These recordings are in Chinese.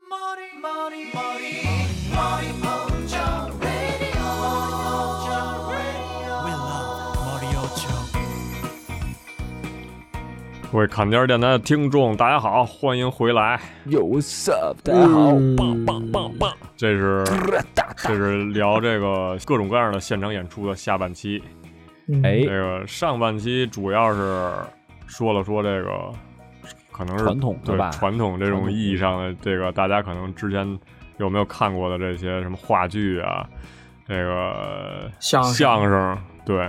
Mori, Mori, Mori, Mori Mojo Radio. Mojo Radio. We love Morio Joe. 各位砍价电台的听众，大家好，欢迎回来。 What's up？大家好，棒棒棒棒！这是大这是聊这个各种各样的现场演出的下半期。哎这，个上半期主要是说了说这个，可能是传统的对吧传统这传种统意义上的这个，大家可能之前有没有看过的这些什么话剧啊，这个相声相声对，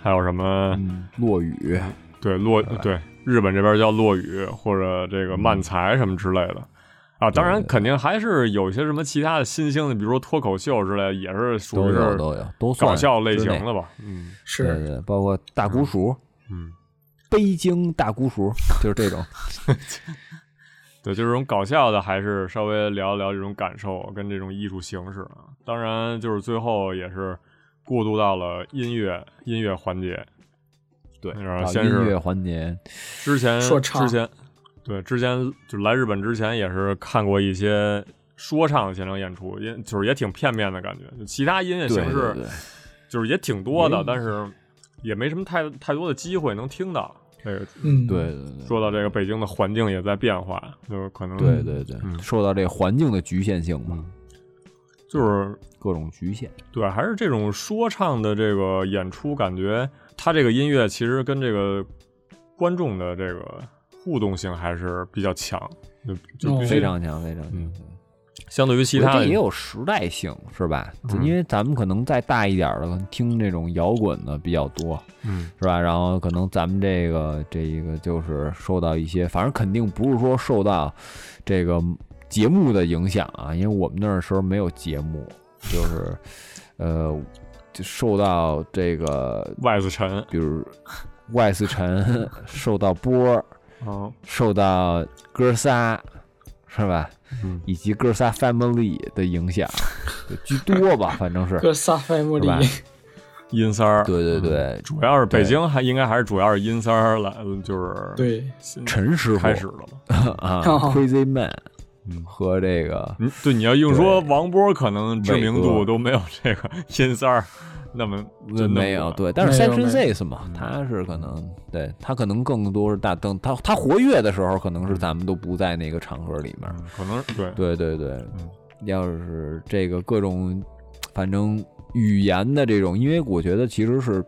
还有什么、嗯落雨，对落对日本这边叫落语或者这嗯个漫才什么之类的啊，当然肯定还是有些什么其他的新兴的，比如说脱口秀之类的，也是属都于有是都有，都算搞笑类型之内的吧？嗯对是对，对包括大姑叔，嗯，北京大姑叔，就是这种。对，就是这种搞笑的，还是稍微聊一聊这种感受啊跟这种艺术形式啊。当然，就是最后也是过渡到了音乐音乐环节， 对然后到先啊音是乐环节，之前说唱之前对之前就来日本之前也是看过一些说唱的现场演出，也就是也挺片面的感觉，就其他音乐对形对式对，就是也挺多的也，但是也没什么太太多的机会能听到。这个嗯，对对对说到这个北京的环境也在变化，就是可能对对对嗯对，受到这环境的局限性嘛，就是各种局限。对，还是这种说唱的这个演出，感觉他这个音乐其实跟这个观众的这个互动性还是比较强，就就哦必须非常强，非常强。嗯对相对于其他这的也有时代性，是吧？嗯因为咱们可能再大一点儿的，可能听这种摇滚的比较多，嗯是吧？然后可能咱们这个这一个就是受到一些，反正肯定不是说受到这个节目的影响啊，因为我们那时候没有节目，就是呃，就受到这个，外子陈，比如外思 辰，受到波儿，哦，受到哥仨，是吧？嗯以及哥仨 family 的影响就居多吧，反 正是。哥仨 family 是阴三儿，对对嗯，对，主要是北对京还应该还是主要是阴三儿来，就是对新陈师傅开始了嘛。啊哦，Crazy Man 嗯和这个嗯，对，你要硬说王波，可能知名伟度哥都没有这个阴三儿那么就那么嗯没有大对，但是没有没 Section 有 Six 嘛，他是可能对他可能更多是大灯，他他活跃的时候可能是咱们都不在那个场合里面。嗯可能对对对对，要是这个各种，反正语言的这种，因为我觉得其实是，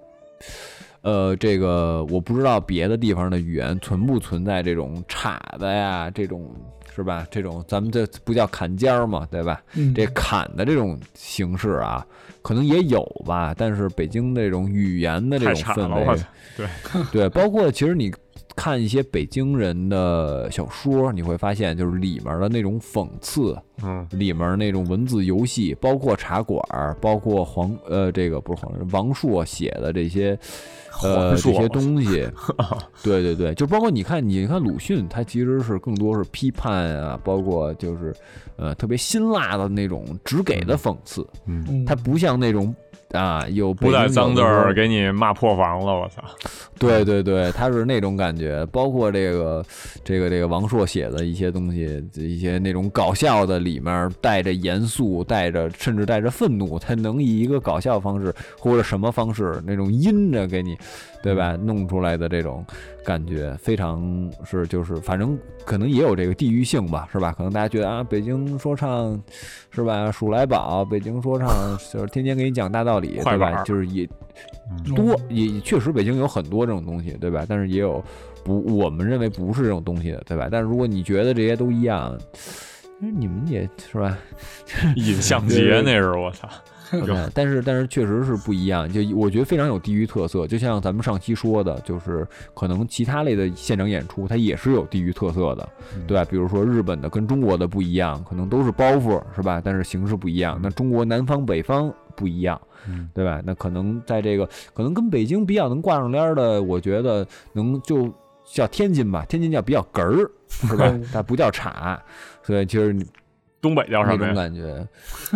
呃，这个我不知道别的地方的语言存不存在这种岔的呀，这种是吧？这种咱们这不叫砍尖儿嘛，对吧？嗯这砍的这种形式啊，可能也有吧，但是北京这种语言的这太种差氛了，围，我操，对，对，包括其实你看一些北京人的小说，你会发现就是里面的那种讽刺，嗯里面那种文字游戏，包括茶馆儿，包括黄呃这个不是黄王朔写的这些呃黄朔这些 东西，对对对，就包括你看你看鲁迅，他其实是更多是批判啊，包括就是呃特别辛辣的那种直给的讽刺，嗯。嗯他不像那种。啊，有不带北京有脏的字时候儿给你骂破防了，我 操！对对对，他是那种感觉，包括这个这个这个王朔写的一些东西，一些那种搞笑的里面带着严肃，带着甚至带着愤怒，他能以一个搞笑方式或者什么方式那种阴着给你，对吧？嗯弄出来的这种感觉非常是就是，反正可能也有这个地域性吧，是吧？可能大家觉得啊，北京说唱是吧，鼠来宝，北京说唱就是天天给你讲大道理，快对板吧？儿就是也嗯多也确实北京有很多这种东西，对吧？但是也有不我们认为不是这种东西的，对吧？但是如果你觉得这些都一样，其实你们也是吧？尹相杰对那是我操，有对嗯但是但是确实是不一样，就我觉得非常有地域特色。就像咱们上期说的，就是可能其他类的现场演出，它也是有地域特色的，对吧？比如说日本的跟中国的不一样，可能都是包袱是吧？但是形式不一样。那中国南方北方不一样嗯，对吧？那可能在这个可能跟北京比较能挂上帘儿的，我觉得能就叫天津吧，天津叫比较哏儿。是吧？它不叫岔，所以其实你东北叫什么那种呀？感觉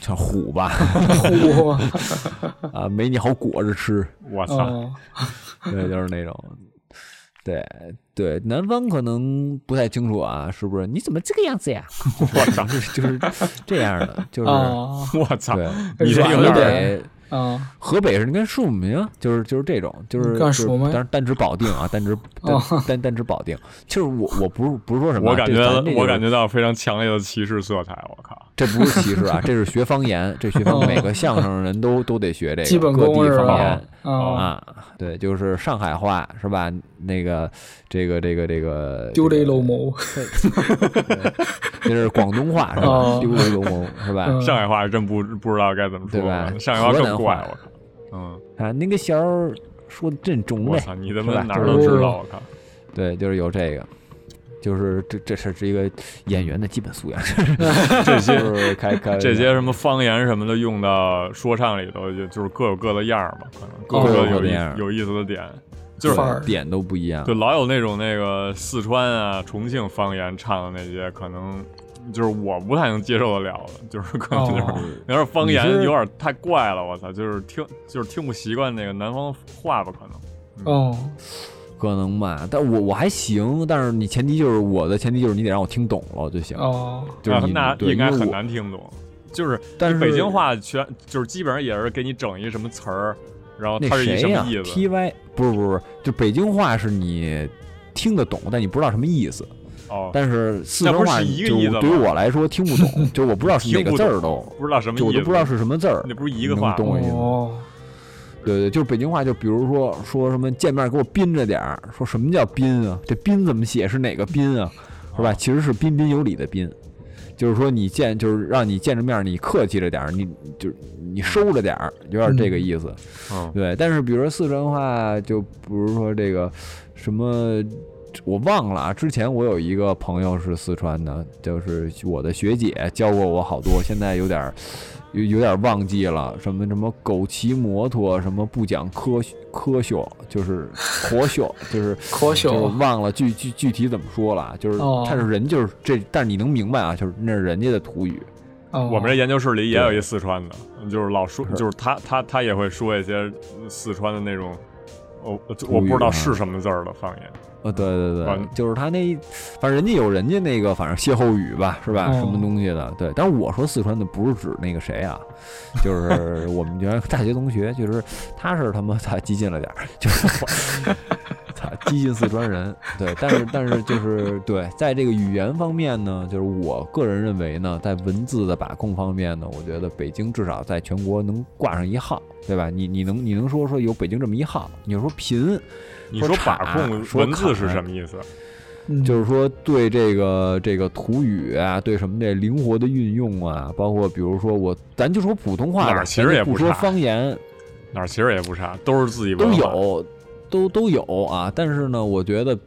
叫虎吧，虎啊，没你好裹着吃，我操，哦，对，就是那种。对对，南方可能不太清楚啊，是不是？你怎么这个样子呀？我操，就是就是这样的，就是、哦啊我操，对。你这有软点河儿的北，啊河北是你跟庶民啊，就是就是这种，就是你就干是什么，呀但是但只保定啊，但只哦但但但只保定，就是我我不是不是说什么啊，我感这觉咱这就我是感觉到非常强烈的歧视色彩，我靠，这不是歧视啊，这是学方言，这学方哦每个相声人都都得学这个，基本各功地是方吧言哦啊，啊，对，就是上海话是吧？那个这个这个这个丢雷这个漏谋， 这是广东话是吧？哦丢雷龙谋是吧？嗯上海话真不不知道该怎么说对吧了，上海话更怪，河南话我靠，嗯，啊，那个小儿说的真中我嘞，操，你他嗯是妈吧哪儿都就是知道，我靠，对，就是有这个。就是这，这是是一个演员的基本素养。 这些就是开开这些什么方言什么的用到说唱里头，就就是各有各的样儿嘛，可能各有各有各有的意样儿有意思的点，就对是范儿点都不一样就。老有那种那个四川啊、重庆方言唱的那些，可能就是我不太能接受得了的，就是可能就是、哦有点方言你是有点太怪了，我操，就是听就是听不习惯那个南方话吧，可能哦可能吧，但我我还行，但是你前提就是我的前提就是你得让我听懂了就行，哦就是你啊那对应该因为很我难听懂，就是但是北京话全就是基本上也是给你整一什么词儿，然后那它哦是一谁什呀么意思？ ？T Y 不是不是，就北京话是你听得懂，但你不知道什么意思。哦，但是四那川不是话一个就意思对于吗我来说听 不懂，就我不知道是哪听个不字懂儿都，不知道什么意就思，我都不知道是什么字儿。那不是一个能话懂我意思吗？哦，对对，就是北京话，就比如说说什么见面给我宾着点儿，说什么叫宾啊？这宾怎么写？是哪个宾啊？是哦吧？其实是彬彬有礼的彬，就是说你见就是让你见着面儿你客气着点儿，你就是你收着点儿，有点这个意思。嗯对，但是比如说四川话，就比如说这个什么。我忘了啊，之前我有一个朋友是四川的，就是我的学姐教过我好多，现在有点儿有有点儿忘记了，什么什么狗骑摩托，什么不讲科学科学，就是活学，就是 可就笑是忘了具具具体怎么说了啊，就是哦但是人就是这，但是你能明白啊，就是那是人家的土语，哦，我们这研究室里也对有一四川的，就是老说，是就是他他他也会说一些四川的那种，哦，就土语我不知道啊是什么字儿的方言。呃，对对对反，就是他那，反正人家有人家那个，反正歇后语吧，是吧？哦什么东西的，对。但是我说四川的不是指那个谁啊，就是 我们原来大学同学，就是他是他妈他激进了点儿，就是 他激进四川人，对。但是但是就是对，在这个语言方面呢，就是我个人认为呢，在文字的把控方面呢，我觉得北京至少在全国能挂上一号，对吧？你你能你能说说有北京这么一号？你说贫，你说说铲把控说文字是砍什么意思？嗯就是说对这个这个土语啊，对什么这灵活的运用啊，包括比如说我，咱就说普通话哪吧，儿其实也咱就不不说差方言哪儿其实也不差，都是自己都文化。有，都都有啊。但是呢，我觉得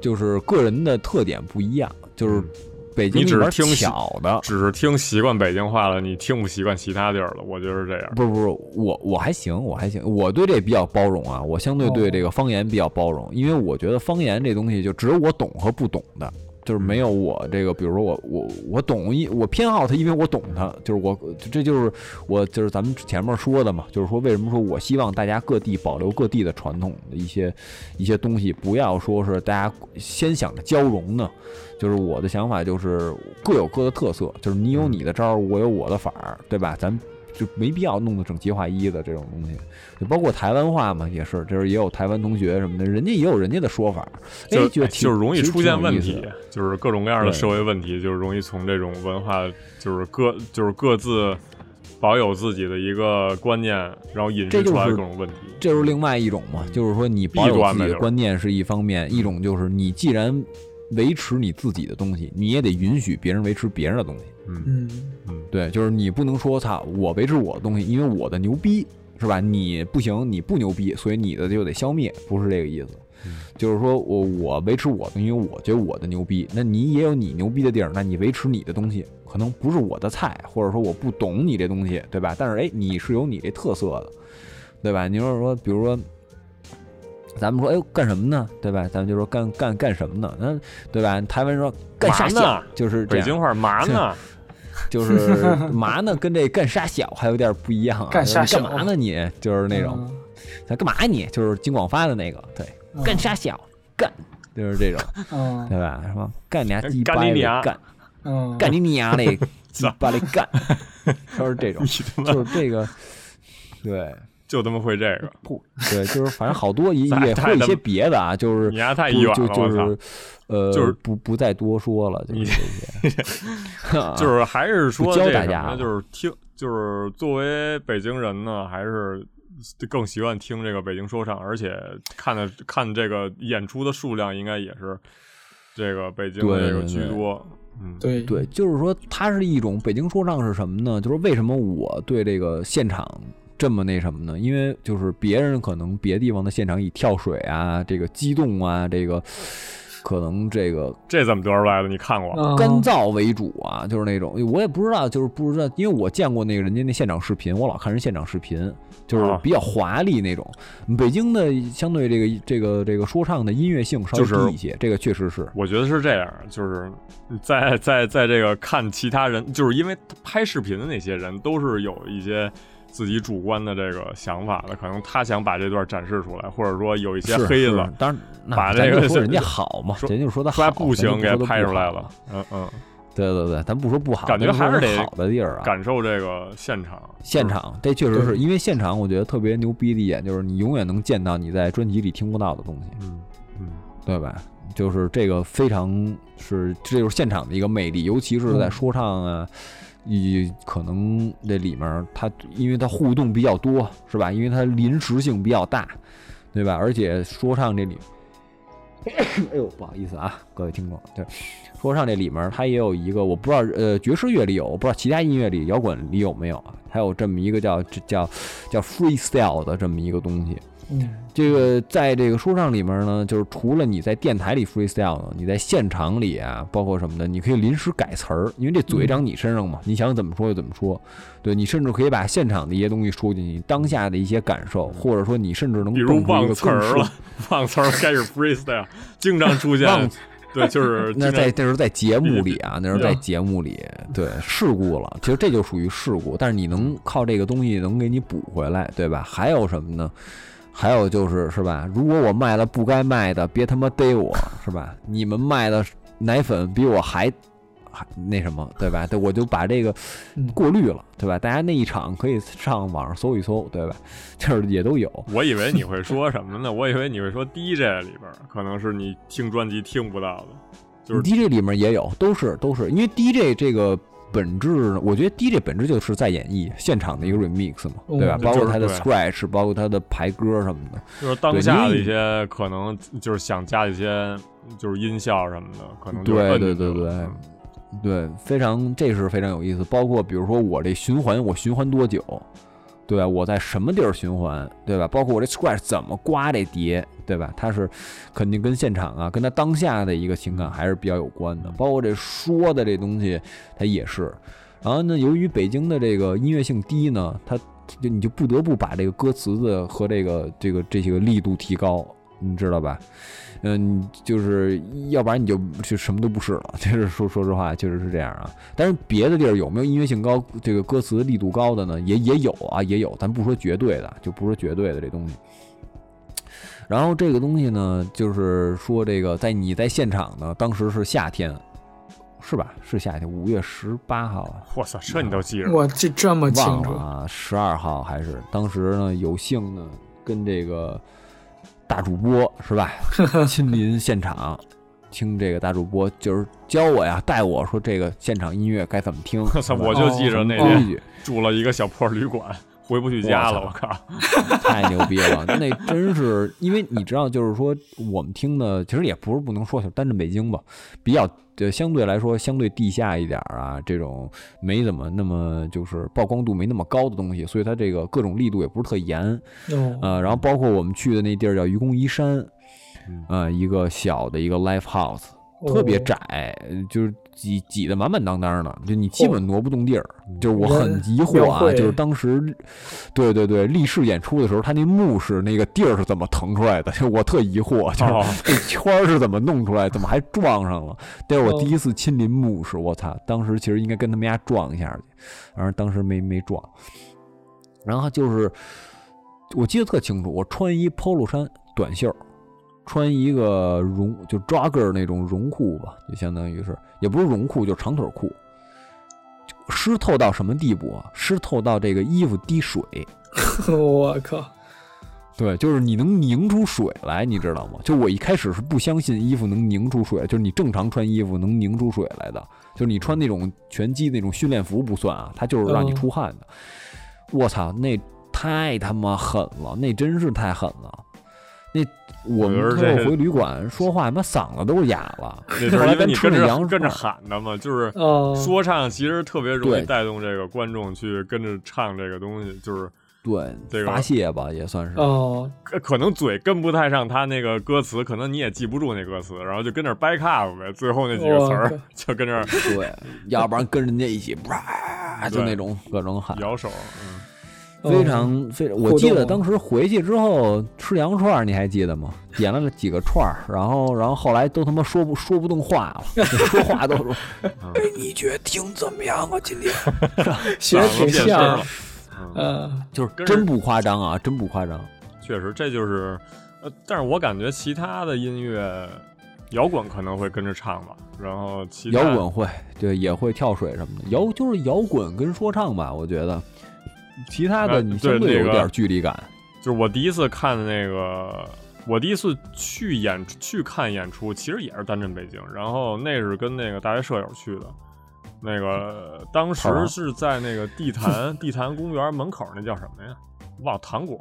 就是个人的特点不一样，就是嗯北京你只那边是听巧的，只是听习惯北京话了，你听不习惯其他地儿了。我觉得是这样。不是不是，我我还行，我还行，我对这比较包容啊，我相对对哦这个方言比较包容，因为我觉得方言这东西就只有我懂和不懂的，就是没有我这个，比如说我我我懂一我偏好它，因为我懂它，就是我这就是我就是咱们前面说的嘛，就是说为什么说我希望大家各地保留各地的传统的一些一些东西，不要说是大家先想着交融呢，就是我的想法就是各有各的特色，就是你嗯有你的招儿，我有我的法儿，对吧？咱就没必要弄得整齐划一的这种东西。就包括台湾话嘛，也是，就是也有台湾同学什么的，人家也有人家的说法，就哎，是觉得挺就是容易其实出挺现有问意思题的，就是各种各样的对社会问题，就是容易从这种文化，就是各就是各自保有自己己的一个观念，然后引这申就出来是各种问题。这就是另外一种嘛，就是说你保弊有端自呗就己的是观念是一方面，一种就是你既然维持你自己的东西，你也得允许别人维持别人的东西。嗯嗯嗯，对，就是你不能说操，我维持我的东西，因为我的牛逼是吧？你不行，你不牛逼，所以你的就得消灭，不是这个意思嗯。就是说我我维持我的，因为我觉得我的牛逼，那你也有你牛逼的地儿，那你维持你的东西，可能不是我的菜，或者说我不懂你这东西，对吧？但是哎，你是有你这特色的，对吧？你要是说，比如说。咱们说，哎，干什么呢？对吧？咱们就说干干干什么呢？那对吧？台湾人说干啥嘛呢呢？就是这北样京话嘛呢？ 就是嘛呢，跟这干啥小还有点不一样啊。干啥小嗯干嘛呢你？就是那种，咱干嘛呀你？就是金广发的那个，对，干啥小，干就是这种，嗯对吧？什么干你娘鸡干巴你嘞，娘干嗯，干你 娘嘞，鸡巴嘞干，都是这种你，他妈就是 这个，对。就他妈会这个，不，对，就是反正好 多也咱也太会一他些妈别的啊，就是你丫太就远了，就就我是呃，就是不不再多说了，就是你 这些， 操！就是还是说啊不教这大什家么，啊了就是听，就是作为北京人呢，还是更习惯听这个北京说唱，而且看的看这个演出的数量应该也是这个北京的对这个对居对多。嗯，对对，就是说它是一种北京说唱是什么呢？就是为什么我对这个现场这么那什么呢？因为就是别人可能别地方的现场以跳水啊，这个激动啊，这个可能这个这怎么得出来的？你看过？嗯干燥为主啊，就是那种我也不知道，就是不知道，因为我见过那个人家那现场视频，我老看人现场视频，就是啊比较华丽那种。北京的相对这个这个这个说唱的音乐性稍就微是低一些，这个确实是。我觉得是这样，就是在在在这个看其他人，就是因为拍视频的那些人都是有一些自己主观的这个想法的，可能他想把这段展示出来，或者说有一些是黑子是当然那把咱这就个说是人家好嘛，说咱就说他好，抓不咱就行给说他拍不出来好了。，嗯嗯，对对对，咱不说不好，感觉咱就说还是他得好的地儿啊。感受这个现场，现场这确实是对因为现场，我觉得特别牛逼的一点就是你永远能见到你在专辑里听不到的东西。嗯嗯，对吧？就是这个非常是，这就是现场的一个魅力，尤其是在嗯说唱啊，以可能这里面儿它因为它互动比较多，是吧？因为它临时性比较大，对吧？而且说唱这里， 哎呦，不好意思啊，各位听众，对，说唱这里面儿它也有一个，我不知道呃爵士乐里有，我不知道其他音乐里摇滚里有没有啊，还有这么一个叫叫叫 freestyle 的这么一个东西，嗯这个在这个说唱里面呢，就是除了你在电台里 freestyle 呢，你在现场里啊，包括什么的，你可以临时改词儿，因为这嘴长你身上嘛，你想怎么说就怎么说。对你甚至可以把现场的一些东西说进去，你当下的一些感受，或者说你甚至能比嗯蹦如出一忘个词更儿顺了， 忘词儿开始 freestyle，经常出现忘，对，就是 那经常在那是在节目里啊，那是在对节目里，对事故了，其实这就属于事故，但是你能靠这个东西能给你补回来，对吧？还有什么呢？还有就是是吧？如果我卖了不该卖的，别他妈逮我，是吧？你们卖的奶粉比我还还那什么，对吧？对，我就把这个嗯过滤了，对吧？大家那一场可以上网上搜一搜，对吧？就是也都有，我以为你会说什么呢？我以为你会说 DJ 里边儿，可能是你听专辑听不到的，就是 DJ 里面也有，都是都是，因为 DJ 这个本质，我觉得 DJ 本质就是在演绎现场的一个 remix 嘛，嗯对吧？就是包括它的对 scratch，包括它的排歌什么的，就是当下的对一些可能就是想加一些就是音效什么的，可能就对摁对进去对对了嗯对，非常这是非常有意思。包括比如说我这循环，我循环多久，对吧？我在什么地儿循环，对吧？包括我这 scratch 怎么刮这碟，对吧？它是肯定跟现场啊，跟他当下的一个情感还是比较有关的。包括这说的这东西，它也是。然后呢，由于北京的这个音乐性低呢，它就你就不得不把这个歌词的和这个这个这些个力度提高，你知道吧？嗯，你就是要不然你就就什么都不是了。 就是说说实话，确实是这样啊。但是别的地儿有没有音乐性高、这个歌词力度高的呢？也也有啊，也有，咱不说绝对的，就不说绝对的这东西。然后这个东西呢，就是说这个在你在现场呢，当时是夏天，是吧？是夏天，五月十八号啊，我操，这你都记着？我这这么清忘楚了，啊，十二号还是当时呢，有幸呢跟这个大主播 是吧，亲临现场。听这个大主播就是教我呀，带我说这个现场音乐该怎么听。哦我 操，是吧我就记着那什么天规矩，住了一个小破旅馆，回不去家了，我我靠！太牛逼了！那真是，因为你知道，就是说我们听的其实也不是不能说，就单指北京吧，比较呃相对来说相对地下一点儿啊，这种没怎么那么就是曝光度没那么高的东西，所以它这个各种力度也不是特严。哦，呃，然后包括我们去的那地儿叫愚公移山嗯，哦呃，一个小的一个 live house，特别窄，呃就是挤挤得满满当当的，就你基本挪不动地儿。哦就是我很疑惑啊，人会就是当时，对对对，立式演出的时候，他那幕是那个地儿是怎么腾出来的？ 就我特疑惑，就是哦这圈儿是怎么弄出来，怎么还撞上了？这是我哦第一次亲临幕室，我操！当时其实应该跟他们家撞一下去，然后当时没没撞。然后就是我记得特清楚，我穿一 polo 衫短袖儿，穿一个绒就抓个儿那种绒裤吧，就相当于是也不是绒裤，就是长腿裤。就湿透到什么地步啊？湿透到这个衣服滴水，哦 我靠，对，就是你能凝出水来，你知道吗？就我一开始是不相信衣服能凝出水，就是你正常穿衣服能凝出水来的，就是你穿那种拳击那种训练服不算啊，它就是让你嗯出汗的。我操，那太他妈狠了，那真是太狠了。那我我觉们得最这后回旅馆说话，他妈嗓子都哑了。那就是因为你跟后来咱吃那羊着肉跟着喊的嘛，就是嗯哦，说唱其实特别容易对带动这个观众去跟着唱这个东西，就是对，这个发泄吧也算是。哦，可可能嘴跟不太上他那个歌词，可能你也记不住那歌词，然后就跟那儿掰 up 呗，最后那几个词哇儿对 就跟这儿对，要不然跟人家一起啪，就对那种各种喊。摇手，嗯哦非常非常，我互记动得啊当时回去之后吃羊肉串儿，你还记得吗？点了几个串儿，然后然后后来都他妈说不说不动话了， 说话都说，哎，你觉得听怎么样啊？今天学嗓得子挺变声像了，，嗯，嗯， 就是跟真着不夸张啊，真不夸张。确实这就是，呃，但是我感觉其他的音乐摇滚可能会跟着唱吧，然后其他摇滚会，对，也会跳水什么的，摇就是摇滚跟说唱吧，我觉得，其他呃的你对相对那有个点距离感。就是我第一次看的那个，我第一次去演去看演出，其实也是单镇北京，然后那是跟那个大学舍友去的。那 个当时好啊是在那个地坛 地坛公园门口，那叫什么呀？忘了糖果，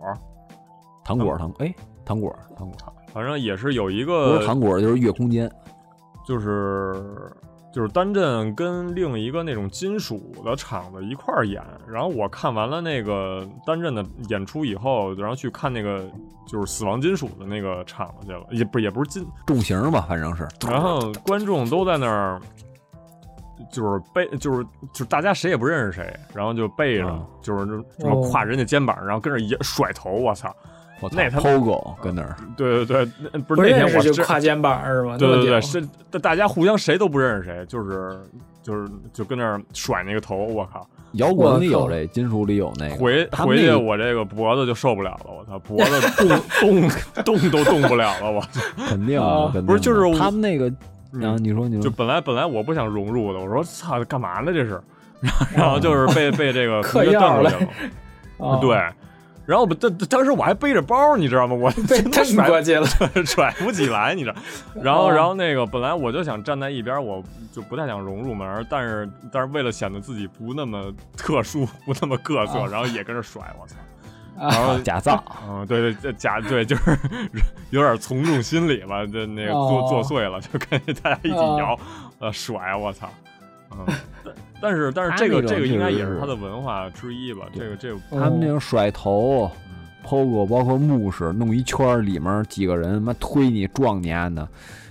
糖嗯果糖，哎，糖果糖果，反正也是有一不个是糖果就是月空间，就是就是单震跟另一个那种金属的厂子一块儿演，然后我看完了那个单震的演出以后，然后去看那个就是死亡金属的那个厂子去了，也不也不是金，重型吧，反正是。 然后观众都在那儿。就是背，就是就是大家谁也不认识谁，然后就背着，啊就是哦什么挎人家肩膀，然后跟着一甩头，我操！我操那他妈，POGO 跟那儿，对对对，那不不是那天认我识就是挎肩膀是吧？对那么对对，屌是大大家互相谁都不认识谁，就是就是就跟那儿甩那个头，我靠！摇我滚里靠有这，金属里有那个。回他回那去个我这个脖子就受不了了，我操，脖子 动动动都动不了了，我操肯定啊的，肯定的不是就是我他们那个，嗯然后你说你就说，本来本来我不想融入的，我说操，干嘛呢这是？ 然后就是被被这个同嗑学药瞪过了去了，哦对。 然后我当当时我还背着包，你知道吗？我被他蹬过去了， 甩不起来，你知道。然后，哦然后那个本来我就想站在一边，我就不太想融入嘛。然后，但是但是为了显得自己不那么特殊，不那么各色，啊然后也跟着甩，我操！啊然后，假造，嗯，对对，这假对，就是 有点从众心理吧，这那个哦作作祟了，就跟大家一起哦摇，呃，甩，我操！嗯， 但但是但是他这个那种这个应该确实也是是哦他的文化之一吧？这个这个他们那种甩头、POGO，包嗯括牧师，弄一圈儿，里面几个人妈推你撞你啊的。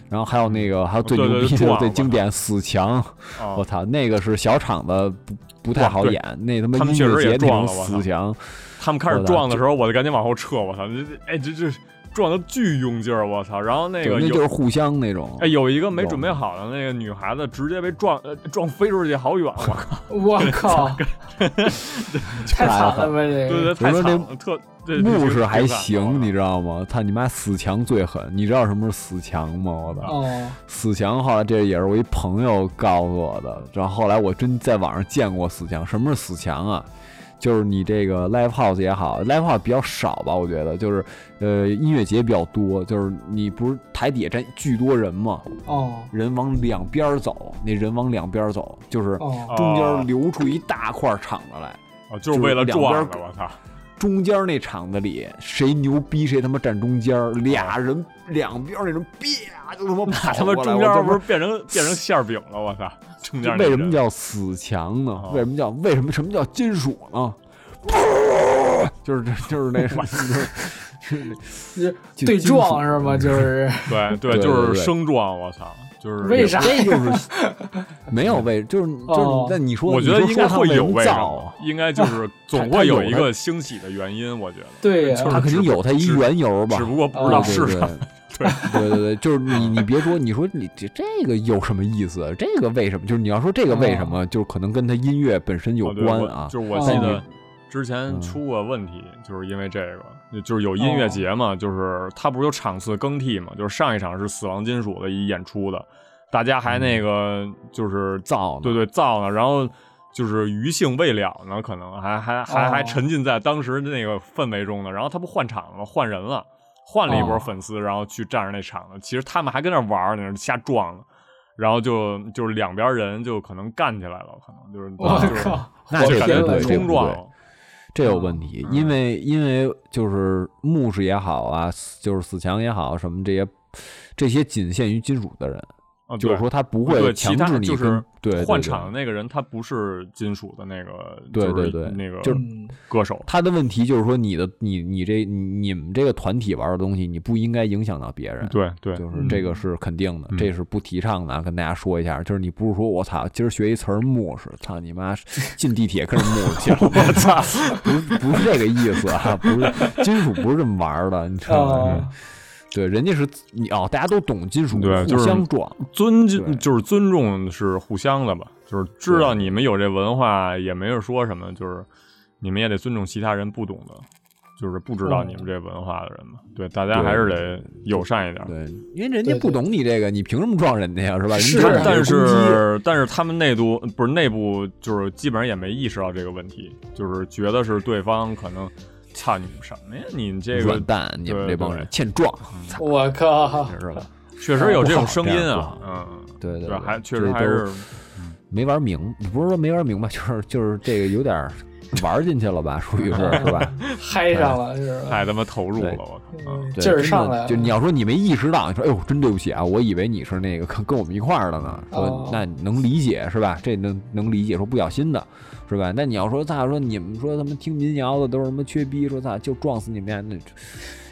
然后还有那个，还有最对牛嗯哦对逼撞的、了最经典死墙，啊我，操，那个是小厂子不不太好对演，那他妈他们音确乐实也节那撞种了我操死墙，他们开始我的撞的时候，我就赶紧往后撤，我操！这这哎这这撞的巨用劲儿，我操！然后那对，个那有就是互相那种哎，有一个没准备好的那个女孩子，直接被 撞呃撞飞出去好远，我靠！我靠，太惨了吧这对对，个，太我说惨这了，特对牧师还行，你你知道吗？他你妈死墙最狠，你知道什么是死墙吗？我操！哦，死墙后来这也是我一朋友告诉我的，然后后来我真在网上见过死墙。什么是死墙啊？就是你这个 live house 也好，live house 比较少吧，我觉得就是，呃，音乐节比较多，就是你不是台底下站巨多人嘛，哦，人往两边儿走，那人往两边儿走，就是哦，中哦间留出一大块场子来，哦就是为了就是撞两边的，我操！中间那场子里，谁牛逼谁他妈站中间儿，俩人两边儿那人啪就他妈那跑他妈过来中我间他妈不是变成变成馅儿饼了，我操！中间那为什人么叫死墙呢哦？为什么叫为什么什么叫金属呢？就是这就是那 什么，就是是就嗯对撞金是吗？就是 对对，对就是对对生撞，我操！就是为啥这就是没有为就是就是哦那你说我觉得你应说该说唱会有为为什什么么造，啊应该 就是总它会有有一它个兴起的原因，我觉得。 对呀就，是他肯定只不有他一只缘由吧只，不过不知道是对 啥。 对对对对，就是你你别说，你说你这这个有什么意思？啊这个为什么？就是你要说这个为什么，就是可能跟他音乐本身有哦哦嗯对我关啊。就是我哦记得之前出过问题，就是因为这个，就是有音乐节嘛，就是它不是有场次更替嘛，就是上一场是死亡金属的一演出的，大家还那个就是嗯造呢对对造呢，然后就是余兴未了呢，可能还还还还哦沉浸在当时那个氛围中呢，然后他不换场了吗，换人了。换了一波哦粉丝，然后去站着那场子，其实他们还跟那玩儿呢，那瞎撞呢，然后就就是两边人就可能干起来了，可能就是啊我就是靠，那就这感绝觉对这冲不撞对了。这有嗯问题，因为因为就是牧师也好啊，死就是死墙也好，什么这些这些仅限于金属的人，啊，就是对说他不对会其强他制你就是跟对换对对场的那个人，他不是金属的那个，对就是对对那个就是嗯歌手，他的问题就是说，你的你你这你你们这个团体玩的东西，你不应该影响到别人。，对对，就是这个是肯定的，嗯这是不提倡的啊，跟大家说一下。就是你不是说我操，今儿学一词儿牧师，操你妈，进地铁跟着 牧师去了，我操，不是不是这个意思啊，不是金属不是这么玩的，你知道吗？嗯哦对，人家是你哦，大家都懂金属，对就互是相撞，尊对敬就是尊重是互相的吧，就是知道你们有这文化，也没人说什么，就是你们也得尊重其他人不懂的，就是不知道嗯你们这文化的人嘛，对，大家哦对还是得友善一点。对，因为人家对对不懂你这个，你凭什么撞人家呀，是吧？人是家但撞但你是攻击是但是他们内部不是内部，就是基本上也没意识到这个问题，就是觉得是对方可能，操你们什么呀？你们这个软蛋，你们对这帮人对嗯欠撞，我靠，是吧？确实有这种声音不啊好，嗯，对对对，还确这实都还是没玩明，不是说没玩明白，就是就是这个有点儿玩进去了吧，属 于是是吧？嗨上了是吧？太他妈投入了，对我靠！嗯嗯对劲儿真的上来了，就你要说你没意识到，你说哎呦真对不起啊，我以为你是那个跟跟我们一块儿的呢，说哦那你能理解是吧？这能能理解，说不小心的是吧？那你要说咋说你们说他们听民谣的都是什么缺逼，说咋就撞死你们呀？那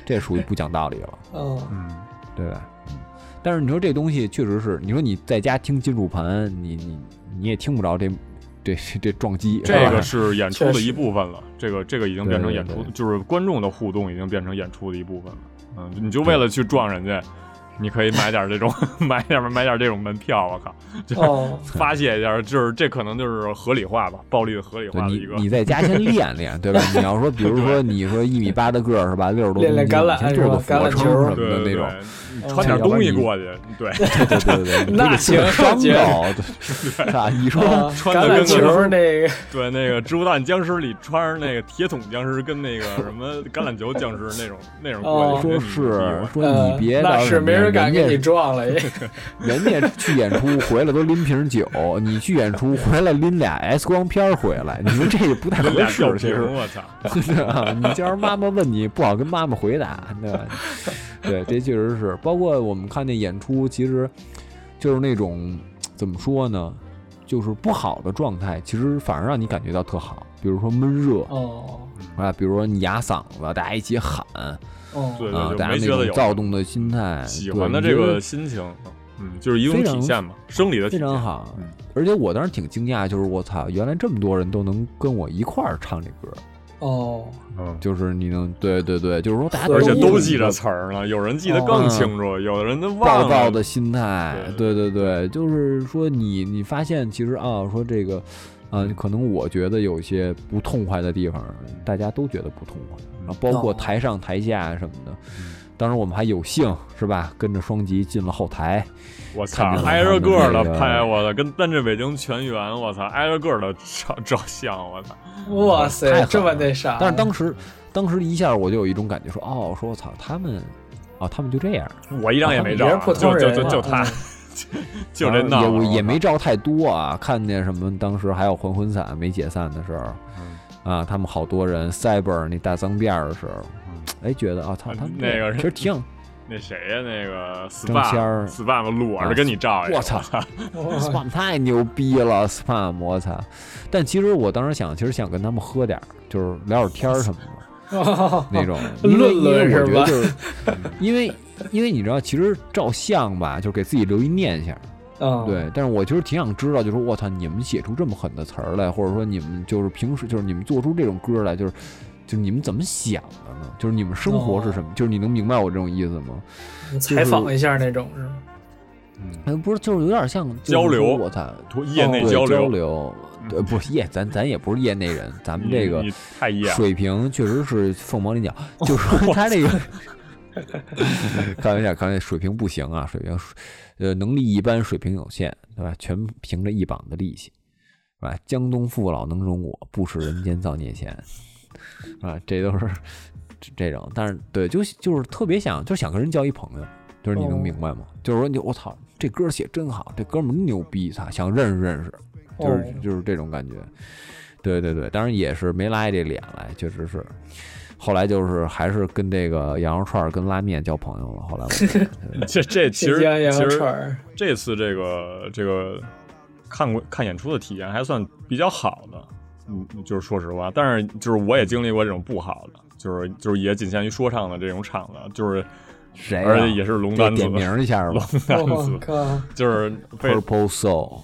这属于不讲道理了，嗯，嗯，对吧？嗯但是你说这东西确实是，你说你在家听金属盘，你你你也听不着这这这撞击，是这吧个是演出的确实一部分了，这个这个已经变成演对出对，对就是观众的互动已经变成演出的一部分了。嗯，你就为了去撞人家，你可以买点这种 买点买点这种门票，我靠， 哦， 发泄一下，就是这可能就是合理化吧，暴力的合理对化的一你个。 你在家先练练，对吧？你要说，比如说你说一米八的个儿是吧，六十多练练公斤，橄榄你先做是吧做俯卧橄榄撑球什么对的那对种嗯对，，你穿点东西过去，对， 对对对对，对那你行得伤绝到，对啊，你啊说橄榄穿得跟个球那个对，那个《植物大战僵尸》里穿着那个铁桶僵尸跟那个什么橄榄球僵尸那种那种过哦去， 说那 是种说呃你别到那时是候没人敢跟你人家撞了，也 人家去演 出回来都拎瓶酒，你去演出回来拎俩 X 光片儿回来，你说这也不太那合俩吊适，其瓶，实。我操！ 是啊，你叫人妈妈问你，不好跟妈妈回答，对吧？对，这确实是。包括我们看那演出，其实就是那种怎么说呢，就是不好的状态，其实反而让你感觉到特好。比如说闷热哦啊，比如说你哑嗓子，大家一起喊啊，哦，对对，就大家没那觉得种有躁动的心态，喜哎对欢的你这觉得个心情，嗯，就是一种非常体现嘛，生理的体非现。常好嗯。而且我当时挺惊讶，就是我操，原来这么多人都能跟我一块儿唱这歌，哦，嗯，就是你能对对对，就是说大家而且有都一记着个词儿呢，有人记得更清楚，有的人都忘了。暴躁的心态，啊对对对对，就是说你你发现其实啊，说这个，啊，可能我觉得有些不痛快的地方，大家都觉得不痛快，然后包括哦台上台下什么的嗯。当然我们还有幸是吧，跟着双击进了后台，我操看见，了挨着个儿的他们那个拍我的，跟单着北京全员，我操，挨着个儿的照照相，我操，哇太狠塞，了这么那啊啥，但是当时当时一下我就有一种感觉说，哦，说我操，他们，哦，他们就这样，我一张也没照别人啊，普就通就人就就他嗯，就这啊也闹，我也没照太多啊，看见什么当时还有还魂散没解散的时候，啊，他们好多人 cyber 那大脏辫儿的时候，哎，觉得啊，操，他们那这个其实挺，那谁呀，那个仙儿啊 SPA SPA 裸着跟你照一个，我操哇，spam 太牛逼了，spam，我操！但其实我当时想，其实想跟他们喝点儿，就是聊会儿天儿什么的。那 种因为论论因为我是觉得吧就是，因为因为你知道，其实照相吧，就是给自己留一念想，嗯，对，但是我其实挺想知道，就是我操，你们写出这么狠的词儿来，或者说你们就是平时就是你们做出这种歌来，就是就是你们怎么想的呢？就是你们生活是什么？就是你能明白我这种意思吗？你采访一下那种是吗？嗯哎，不是，就是有点像交流我操，图业内哦对流，嗯流，呃，不是业，咱咱也不是业内人，咱们这个你你太野了水平确实是凤毛麟角。就是说他这个， 开玩笑，开玩笑，水平不行啊，水平，呃，能力一般，水平有限，对吧？全凭着一膀子力气，是吧？江东父老能容我，不使人间造孽钱， 是吧？这都是这这种，但是对，就就是特别想，就是想跟人交一朋友，就是你能明白吗？就是说你，我操，这歌写真好，这哥们儿牛逼，操，想认识认识，就是、哦就是这种感觉。对对对，当然也是没拉下这脸来，确实是。后来就是还是跟这个羊肉串儿跟拉面交朋友了。后来我就这这其实新疆羊其肉实串 儿这次这个这个看过看演出的体验还算比较好的，嗯，就是说实话，但是就是我也经历过这种不好的，就是就是也仅限于说唱的这种场子，就是谁、啊？而且也是龙这丹子点，名儿一下吧 男我子 靠，就是被，Purple Soul。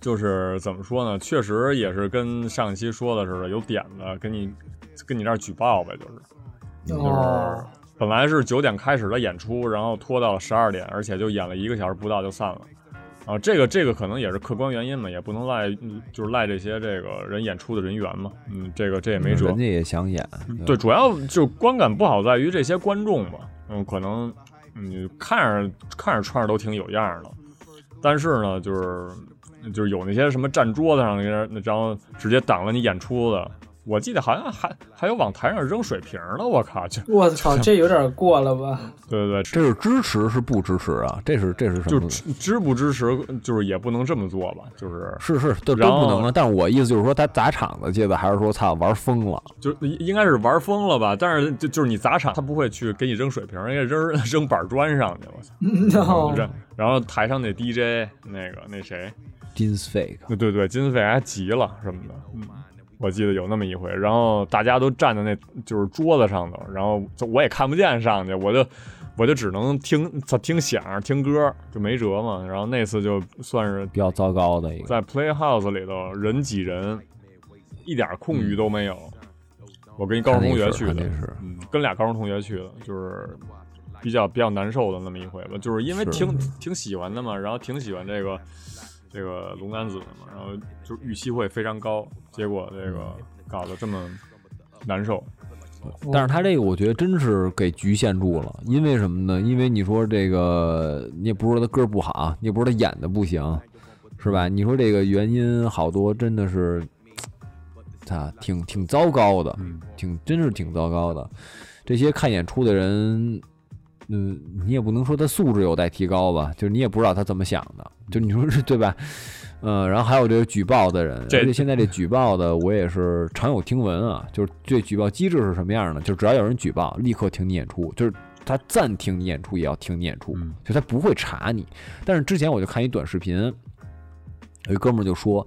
就是怎么说呢，确实也是跟上一期说的似的，有点子跟你跟你这儿举报呗，就是。哦，本来是九点开始的演出，然后拖到了十二点，而且就演了一个小时不到就散了。啊，这个这个可能也是客观原因嘛，也不能赖，嗯就是赖这些这个人演出的人员嘛。嗯，这个这也 没辙嗯人。家也想演，对，主要就观感不好在于这些观众吧。嗯，可能嗯看着看着穿着都挺有样儿的，但是呢，就是就是有那些什么站桌子上那些，然后直接挡了你演出的。我记得好像还还有往台上扔水瓶儿的，我靠！就我操，这有点过了 吧？对对对，这是支持是不支持啊？这是这是什就么？支支不支持，就是也不能这么做吧，嗯就是是是，都然都不后能啊。但是我意思就是说，他砸场子去的，还是说操玩疯了？就是应应该是玩疯了吧，但是就就是你砸场，他不会去给你扔水瓶，应该扔 扔板砖上去，我操！ no， 这然后台上那 DJ 那个那谁，金 fake，对对对，金飞还急了什么的，嗯，我记得有那么一回，然后大家都站在那就是桌子上头，然后就我也看不见上去，我就我就只能听操听响听歌，就没辙嘛。然后那次就算是比较糟糕的一个。在 Playhouse 里头人挤人，一点空嗯余都没有。我跟一高中同学去看的电视，嗯，跟俩高中同学去的，就是比较比较难受的那么一回吧，就是因为是挺挺喜欢的嘛，然后挺喜欢这个这个龙丹子的嘛，然后就是预期会非常高，结果这个嗯搞得这么难受，但是他这个我觉得真是给局限住了，因为什么呢？因为你说这个，你也不是说他歌不好，你也不是他演的不行，是吧？你说这个原因好多真的是，啊，挺挺糟糕的，嗯，挺真是挺糟糕的。这些看演出的人，嗯，你也不能说他素质有待提高吧，就是你也不知道他怎么想的，就你说是对吧？嗯，然后还有这个举报的人，这而且现在这举报的我也是常有听闻啊，就是这举报机制是什么样的？就是只要有人举报，立刻停你演出，就是他暂停你演出也要停你演出，嗯就他不会查你。但是之前我就看一短视频，有一哥们儿就说。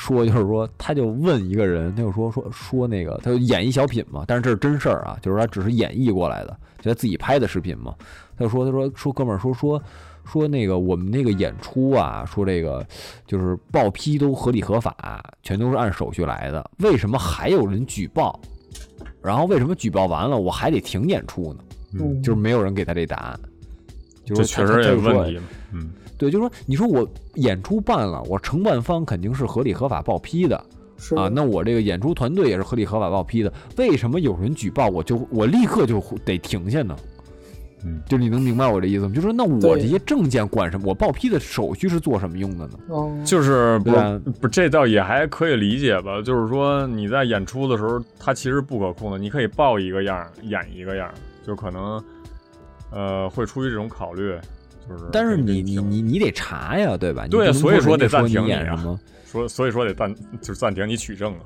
说就是说，他就问一个人，他就说说说那个，他就演一小品嘛，但是这是真事儿啊，就是他只是演绎过来的，就他自己拍的视频嘛。他就说他说说哥们儿说说说那个我们那个演出啊，说这个就是报批都合理合法，全都是按手续来的，为什么还有人举报？然后为什么举报完了我还得停演出呢？嗯就是没有人给他这答案，就这是确他实他也有就是说问题嘛，嗯，对，就是说，你说我演出办了，我承办方肯定是合理合法报批的是啊，那我这个演出团队也是合理合法报批的，为什么有人举报我就我立刻就得停下呢？嗯，就是你能明白我这意思吗？就是说那我对这些证件管什么？我报批的手续是做什么用的呢？嗯哦，就是不对啊不，这倒也还可以理解吧。就是说你在演出的时候，它其实不可控的，你可以报一个样儿，演一个样儿，就可能呃会出于这种考虑，就是。但是你你你你得查呀，对吧？你对啊不能所以说说人家得暂停你你演啊什么？说，所以说得暂就是暂停你取证啊，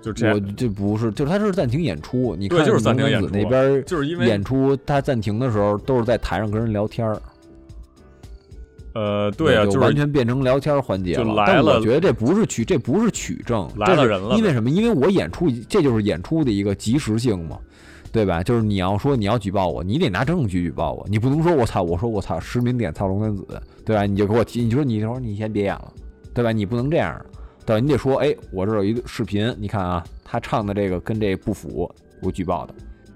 就这我样。这不是，就是他这是暂停演出，你对看就是暂停龙演丹子出那啊边儿就是因为演出，他暂停的时候都是在台上跟人聊天儿。呃，对啊，就就完是全变成聊天环节就来但我了觉得这不是取，这不是取证，来这了是人了因为呗什么？因为我演出，这就是演出的一个及时性嘛，对吧？就是你要说你要举报我，你得拿证据举报我，你不能说我操，我说我操，实名点操龙丹子，对吧？你就给我提，你就说你说你先别演了，对吧？你不能这样，对吧？你得说，哎，我这儿有一个视频，你看啊，他唱的这个跟这不符，我举报的，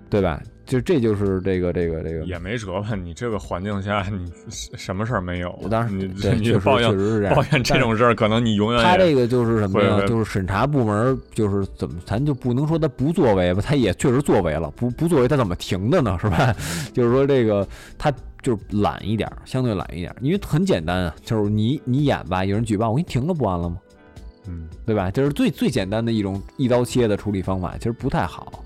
对吧？就这就是这个这个这个也没辙吧？你这个环境下，你什么事儿没有？我当时你 对你确实抱怨确实是这样抱怨这种事儿，可能你永远他也这个就是什么会呀？会就是审查部门，就是怎么，咱就不能说他不作为吧，他也确实作为了，不不作为他怎么停的呢？是吧？ 就是说这个他就是懒一点儿，相对懒一点儿，因为很简单啊，就是你你演吧，有人举报，我给你停了不完了吗？嗯，对吧？这是最最简单的一种一刀切的处理方法，其实不太好。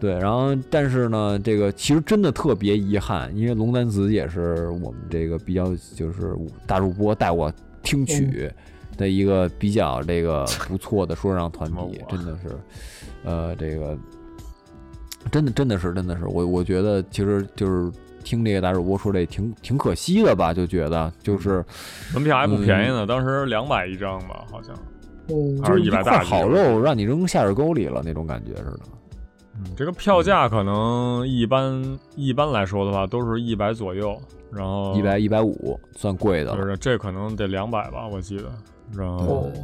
对，然后但是呢，这个其实真的特别遗憾，因为龙丹子也是我们这个比较就是大主播带我听曲嗯的一个比较 ，这个不错的说唱团体我真的是，呃，这个真的真的是真的是，我我觉得其实就是听这个大主播说这挺挺可惜的吧，就觉得就是。嗯门票还不便宜嗯呢，当时两百一张吧，好像。嗯，还是一100块大几好就是肉让你扔下水沟里了那种感觉似的。嗯，这个票价可能一般一般来说的话，都是一百左右，然后一百一百五算贵的哦就了，是这可能得两百吧，我记得。然后哦嗯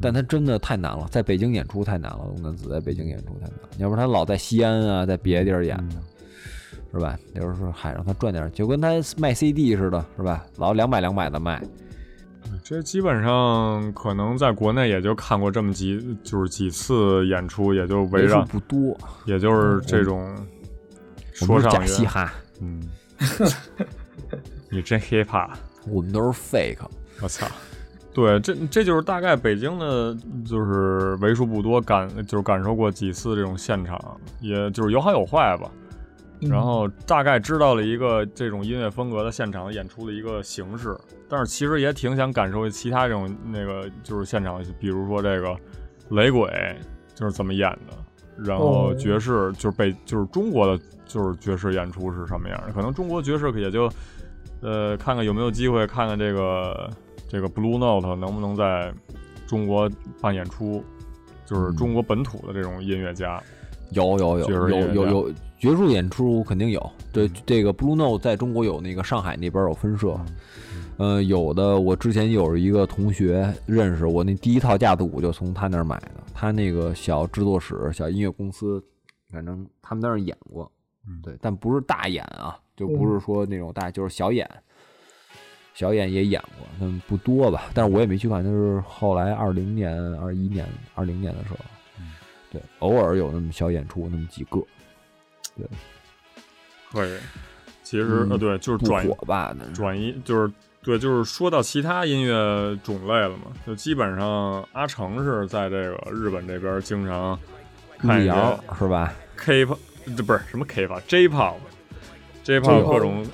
但他真的太难了，在北京演出太难了。龙丹子在北京演出太难了，要不然他老在西安啊，在别的地儿演，嗯是吧？有时候说嗨，让他赚点儿，就跟他卖 CD 似的，是吧？老两百两百的卖，这基本上可能在国内也就看过这么几，就是几次演出，也就围为数绕，不多。也就是这种我说们是唱假啊乐嘻哈， 嗯，你真 hip hop，我们都是 fake。我操！对，这这就是大概北京的，就是为数不多感，就是感受过几次这种现场，也就是有好有坏吧。嗯然后大概知道了一个这种音乐风格的现场演出的一个形式，但是其实也挺想感受其他这种那个就是现场，比如说这个雷鬼就是怎么演的，然后哦爵士就是被就是中国的就是爵士演出是什么样的，可能中国爵士也就呃看看有没有机会看看这个这个 Blue Note 能不能在中国办演出，就是嗯中国本土的这种音乐家，有有有爵士有乐有这样有爵士演出肯定有。对，这个 Blue Note 在中国有那个上海那边有分社，呃，有的我之前有一个同学认识我，那第一套架子鼓就从他那儿买的，他那个小制作室、小音乐公司，反正他们在那儿演过，嗯对，但不是大演啊，就不是说那种大，就是小演。小演也演过，但不多吧。但是我也没去看，就是后来二零年、二一年、二零年的时候，对，偶尔有那么小演出，那么几个，可以。其实、嗯呃对，就是不转火吧？那是转移就是对，就是说到其他音乐种类了嘛，就基本上阿成是在这个日本这边经常看路一些遥是吧？ K-pop，这不是什么 K-pop，J-pop，J-pop 各种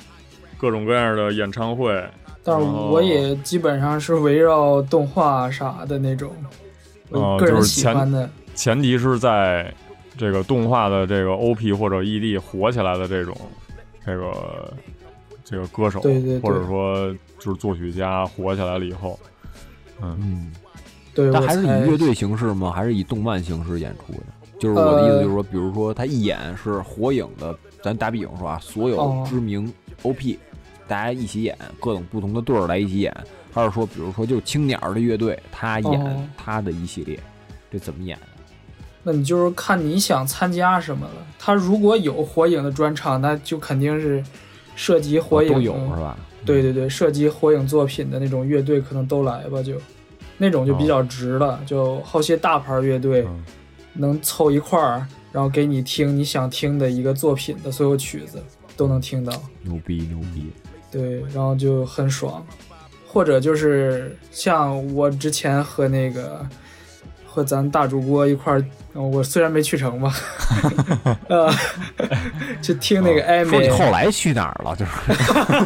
各种各样的演唱会，但是我也基本上是围绕动画啥的那种，哦我个人就是喜前欢的。前提是在这个动画的这个 OP 或者 ED 火起来的这种这个这个歌手，对对对或者说就是作曲家火起来了以后，嗯，对，但我还是以才乐队形式吗？还是以动漫形式演出的？就是呃我的意思，就是说，比如说他一演是火影的，咱打比影说啊，所有哦知名 OP，大家一起演，各种不同的队儿来一起演，还是说，比如说就青鸟的乐队，他哦演他的一系列，这怎么演？那你就是看你想参加什么了。他如果有火影的专场，那就肯定是涉及火影，啊哦都嗯有是吧？对对对，涉及火影作品的那种乐队可能都来吧，就那种就比较值了，就好些大牌乐队嗯能凑一块儿，然后给你听你想听的一个作品的所有曲子都能听到，牛逼牛逼！对，然后就很爽。或者就是像我之前和那个和咱大主播一块儿，呃我虽然没去成吧， 呃， 就听那个艾说美你，后来去哪儿了？就是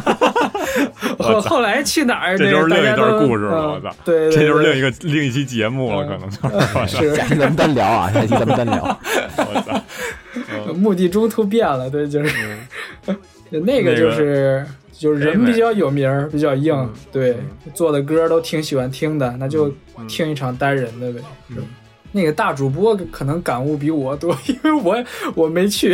后后来去哪儿？这就是那个另一大家段都故事了嗯我操对，这就是另另一个另一期节目了，嗯可能就是说是，是下期咱们单聊啊，下期咱们单聊。我操， 目的中途变了，对，就是、嗯那个就是、就是人比较有名儿，比较硬，嗯对，做的歌都挺喜欢听的，那就嗯听一场单人的呗。是吧那个大主播可能感悟比我多， 因为我我没去。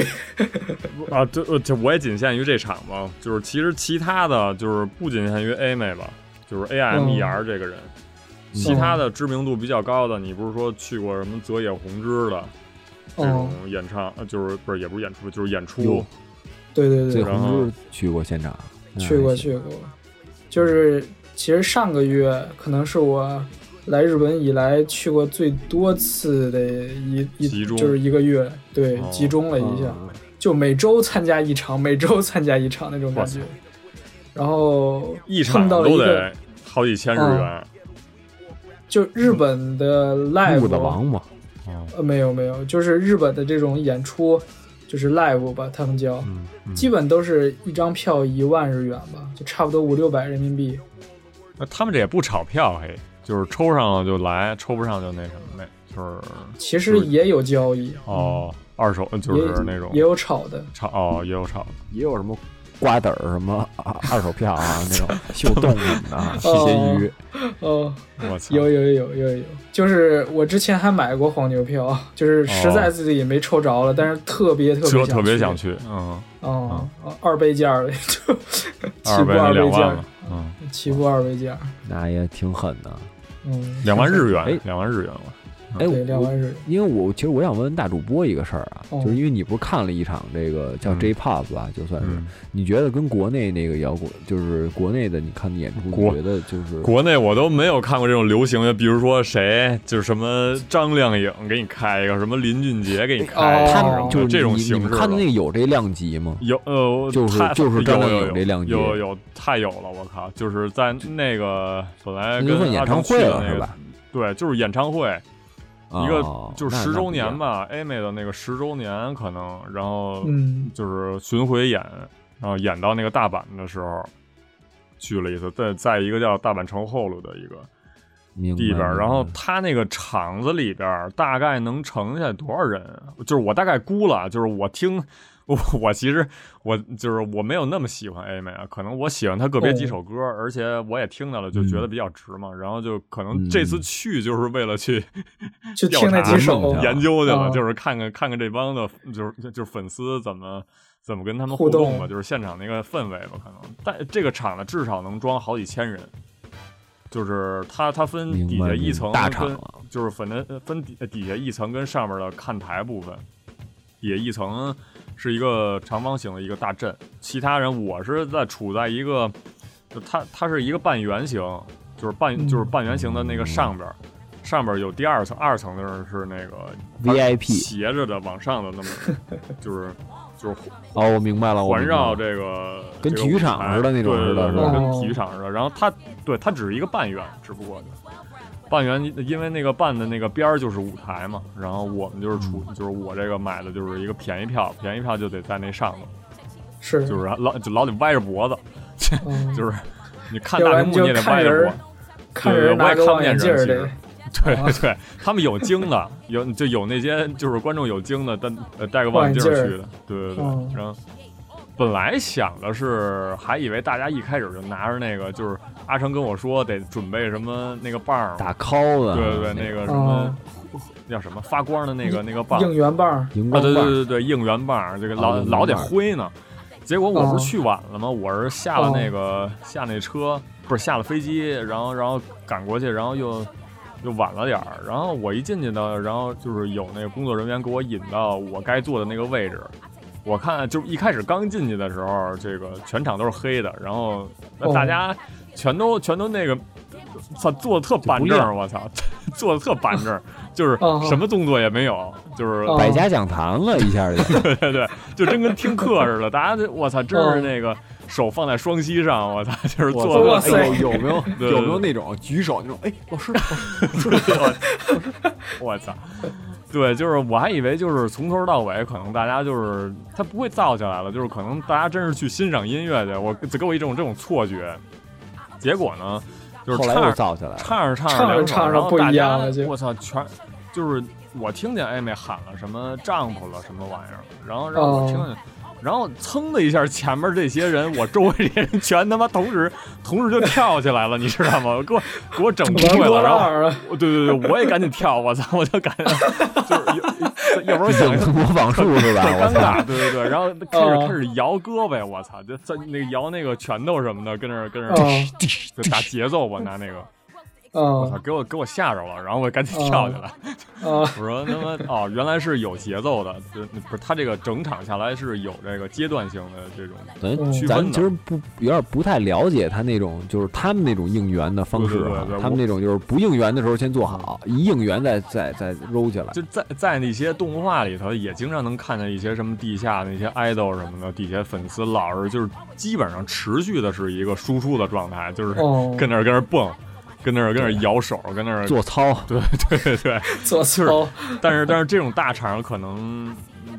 啊，对，呃这我也仅限于这场吧。就是其实其他的就是不仅限于 A E 妹吧，就是 A M E 嗯 R 这个人，其他的知名度比较高的，你不是说去过什么泽野弘之的，这哦种嗯演唱，呃就是不是也不是演出，就是演出有。对对醉对，然后红猪去过现场，去过嗯去过，就是其实上个月可能是我来日本以来去过最多次的一集一中就是一个月，对，哦集中了一下，就每周参加一场，每周参加一场那种感觉哇。然后一场碰到一都个嗯得好几千日元。就日本的 live 嗯啊木的王嘛，呃，没有没有，就是日本的这种演出，就是 live 吧，他们叫，嗯，嗯基本都是一张票一万日元吧，就差不多五六百人民币。那他们这也不炒票，嘿，就是抽上了就来，抽不上就那什么呗，就是其实也有交易，哦，二手就也是那种也有炒的，炒哦，也有炒。也有什么瓜子儿什么啊二手票啊 那种秀动物的啊，吸咸鱼，哦，我操，有有有有有有，就是我之前还买过黄牛票，就是实在自己没抽着了，但是特别特哦就别特别想想去，去，嗯，哦，二倍价儿就 二起步倍那二两倍价万了儿，，嗯， 起步二倍价儿，那也挺狠的。嗯，两万日哎元，两万日元了，哎，对，两我万日元，因为我其实我想问问大主播一个事儿啊，哦就是因为你不是看了一场这个叫嗯 J-Pop 吧，就算是嗯，你觉得跟国内那个摇滚，就是国内的你看的演出，你国觉得就是国内我都没有看过这种流行的，比如说谁就是什么张靓颖给你开一个，什么林俊杰给你开一个，哦他什们么哎就是这种你形你式们看的的。那个有这量级吗？有呃，就是太就是张靓有颖这量级有有太有了，我靠！就是在那个本来那就跟算演阿成唱去会的了那是个吧？对，就是演唱会，一个哦就是那十那周不一样年吧，A 妹的那个十周年可能，然后嗯，就是巡回演，然后演到那个大阪的时候去了一次，在在一个叫大阪城后路的一个明白地边儿，明然后白他那个场子里边儿大概能盛下多少人啊？就是我大概估了，啊就是我听我我其实我就是我没有那么喜欢 A 妹啊，可能我喜欢她个别哦几首歌，而且我也听到了，就觉嗯得比较值嘛。然后就可能这次去就是为了去就调听那查几首弄一下研究去了，啊就是看看看看这帮的，就是就是粉丝怎么怎么跟他们互互动动吧，就是现场那个氛围吧，可能。但这个场子至少能装好几千人，就是它它分明底白下明一白层大跟场啊就是反正呃分底底下一层跟上面的看台部分，底下一层是一个长方形的一个大阵，其他人我是在处在一个，就它它是一个半圆形，就是半、嗯就是半圆形的那个上边儿，上边儿有第二层，二层的人是那个 VIP 斜着的往上的那么，就是就是哦，我明白了，我环明白了绕这个跟这个体育场舞台似的那种对似的对对是吧跟体育场似的。然后它对它只是一个半圆，只不过半圆，因为那个半的那个边儿就是舞台嘛。然后我们就是处，就是我这个买的就是一个便宜票，便宜票就得在那上头，是，就是老就老得歪着脖子，嗯就是你看要不大然屏幕你也就得看歪着脖人儿啊子。看对人我也看拿个不望见人远镜儿其得实对对，他们有精的，有就有那些就是观众有精的，但呃戴个望远镜儿望远去镜的，对对对。嗯然后本来想的是，还以为大家一开始就拿着那个，就是阿成跟我说得准备什么那个棒儿，打嗯 call 啊的，对对对，那个什么叫什么发光的那个那个棒儿，嗯应援棒儿，荧啊，光对对棒对对，应援棒儿，这个老哦老得应援棒儿挥呢。结果我不哦是去晚了吗？我是下哦了那个下那车，不是下了飞机，然后然后赶过去，然后又又晚了点儿。然后我一进去呢，然后就是有那个工作人员给我引到我该坐的那个位置。我看就是一开始刚进去的时候，这个全场都是黑的，然后那哦大家全都、全都那个，操，坐的特板正儿，我操，坐的特板正儿，就是哦哦什么动作也没有，就是哦百家讲坛了一下就， 对对，就真跟听课似的。大家就我操，真是那个手放在双膝上，我操，就是坐哇的塞哎有有没有对对有没有那种举手那种？哎，老师，我操，对，就是我还以为就是从头到尾，可能大家就是他不会造起来了，就是可能大家真是去欣赏音乐去，我给我一种这种错觉。结果呢，就是后来唱又造起来了，唱着唱唱着两首唱着然后不大一样家了就我操，全就是我听见艾美喊了什么丈夫了什么玩意儿，然后让我哦听见。然后噌的一下，前面这些人，我周围这些人全他妈同时同时就跳起来了，你知道吗？给我给我整崩玩溃了。多然了后儿 啊，我，对对对，我也赶紧跳，我操，我就赶紧，就是 要要不然我想影子模仿术是吧？啊我尴操，尬，对对对，然后开始哦开始摇胳膊，我操，就在那个摇那个拳头什么的，跟那儿跟那儿哦就打节奏吧，拿那个。我操，嗯，给我给我吓着了，然后我赶紧跳起来，啊， 我说他妈哦，原来是有节奏的，就不是他这个整场下来是有这个阶段性的这种咱嗯区咱分其的。实不有点不太了解他那种，就是他们那种应援的方式对对啊对对，他们那种就是不应援的时候先做好，一应援再再再揉起来。就在在那些动画里头，也经常能看见一些什么地下那些 idol 什么的，底下粉丝老是就是基本上持续的是一个输出的状态，就是哦 跟那儿跟那儿蹦，跟那儿跟那儿摇手，跟那儿做操，对对对对。做是操，但是但是这种大厂可能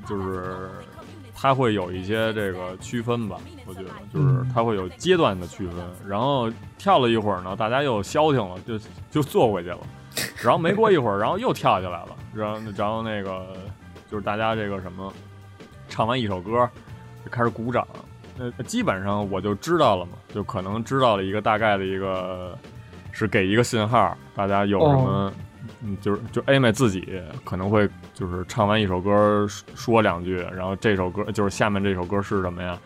就是它会有一些这个区分吧，我觉得就是它会有阶段的区分，然后跳了一会儿呢，大家又消停了，就就坐回去了，然后没过一会儿，然后又跳起来了，然后然后那个就是大家这个什么唱完一首歌就开始鼓掌。呃，基本上我就知道了嘛，就可能知道了一个大概的一个，是给一个信号，大家有什么、嗯，就是就 A 妹自己可能会就是唱完一首歌说说两句，然后这首歌就是下面这首歌是什么呀？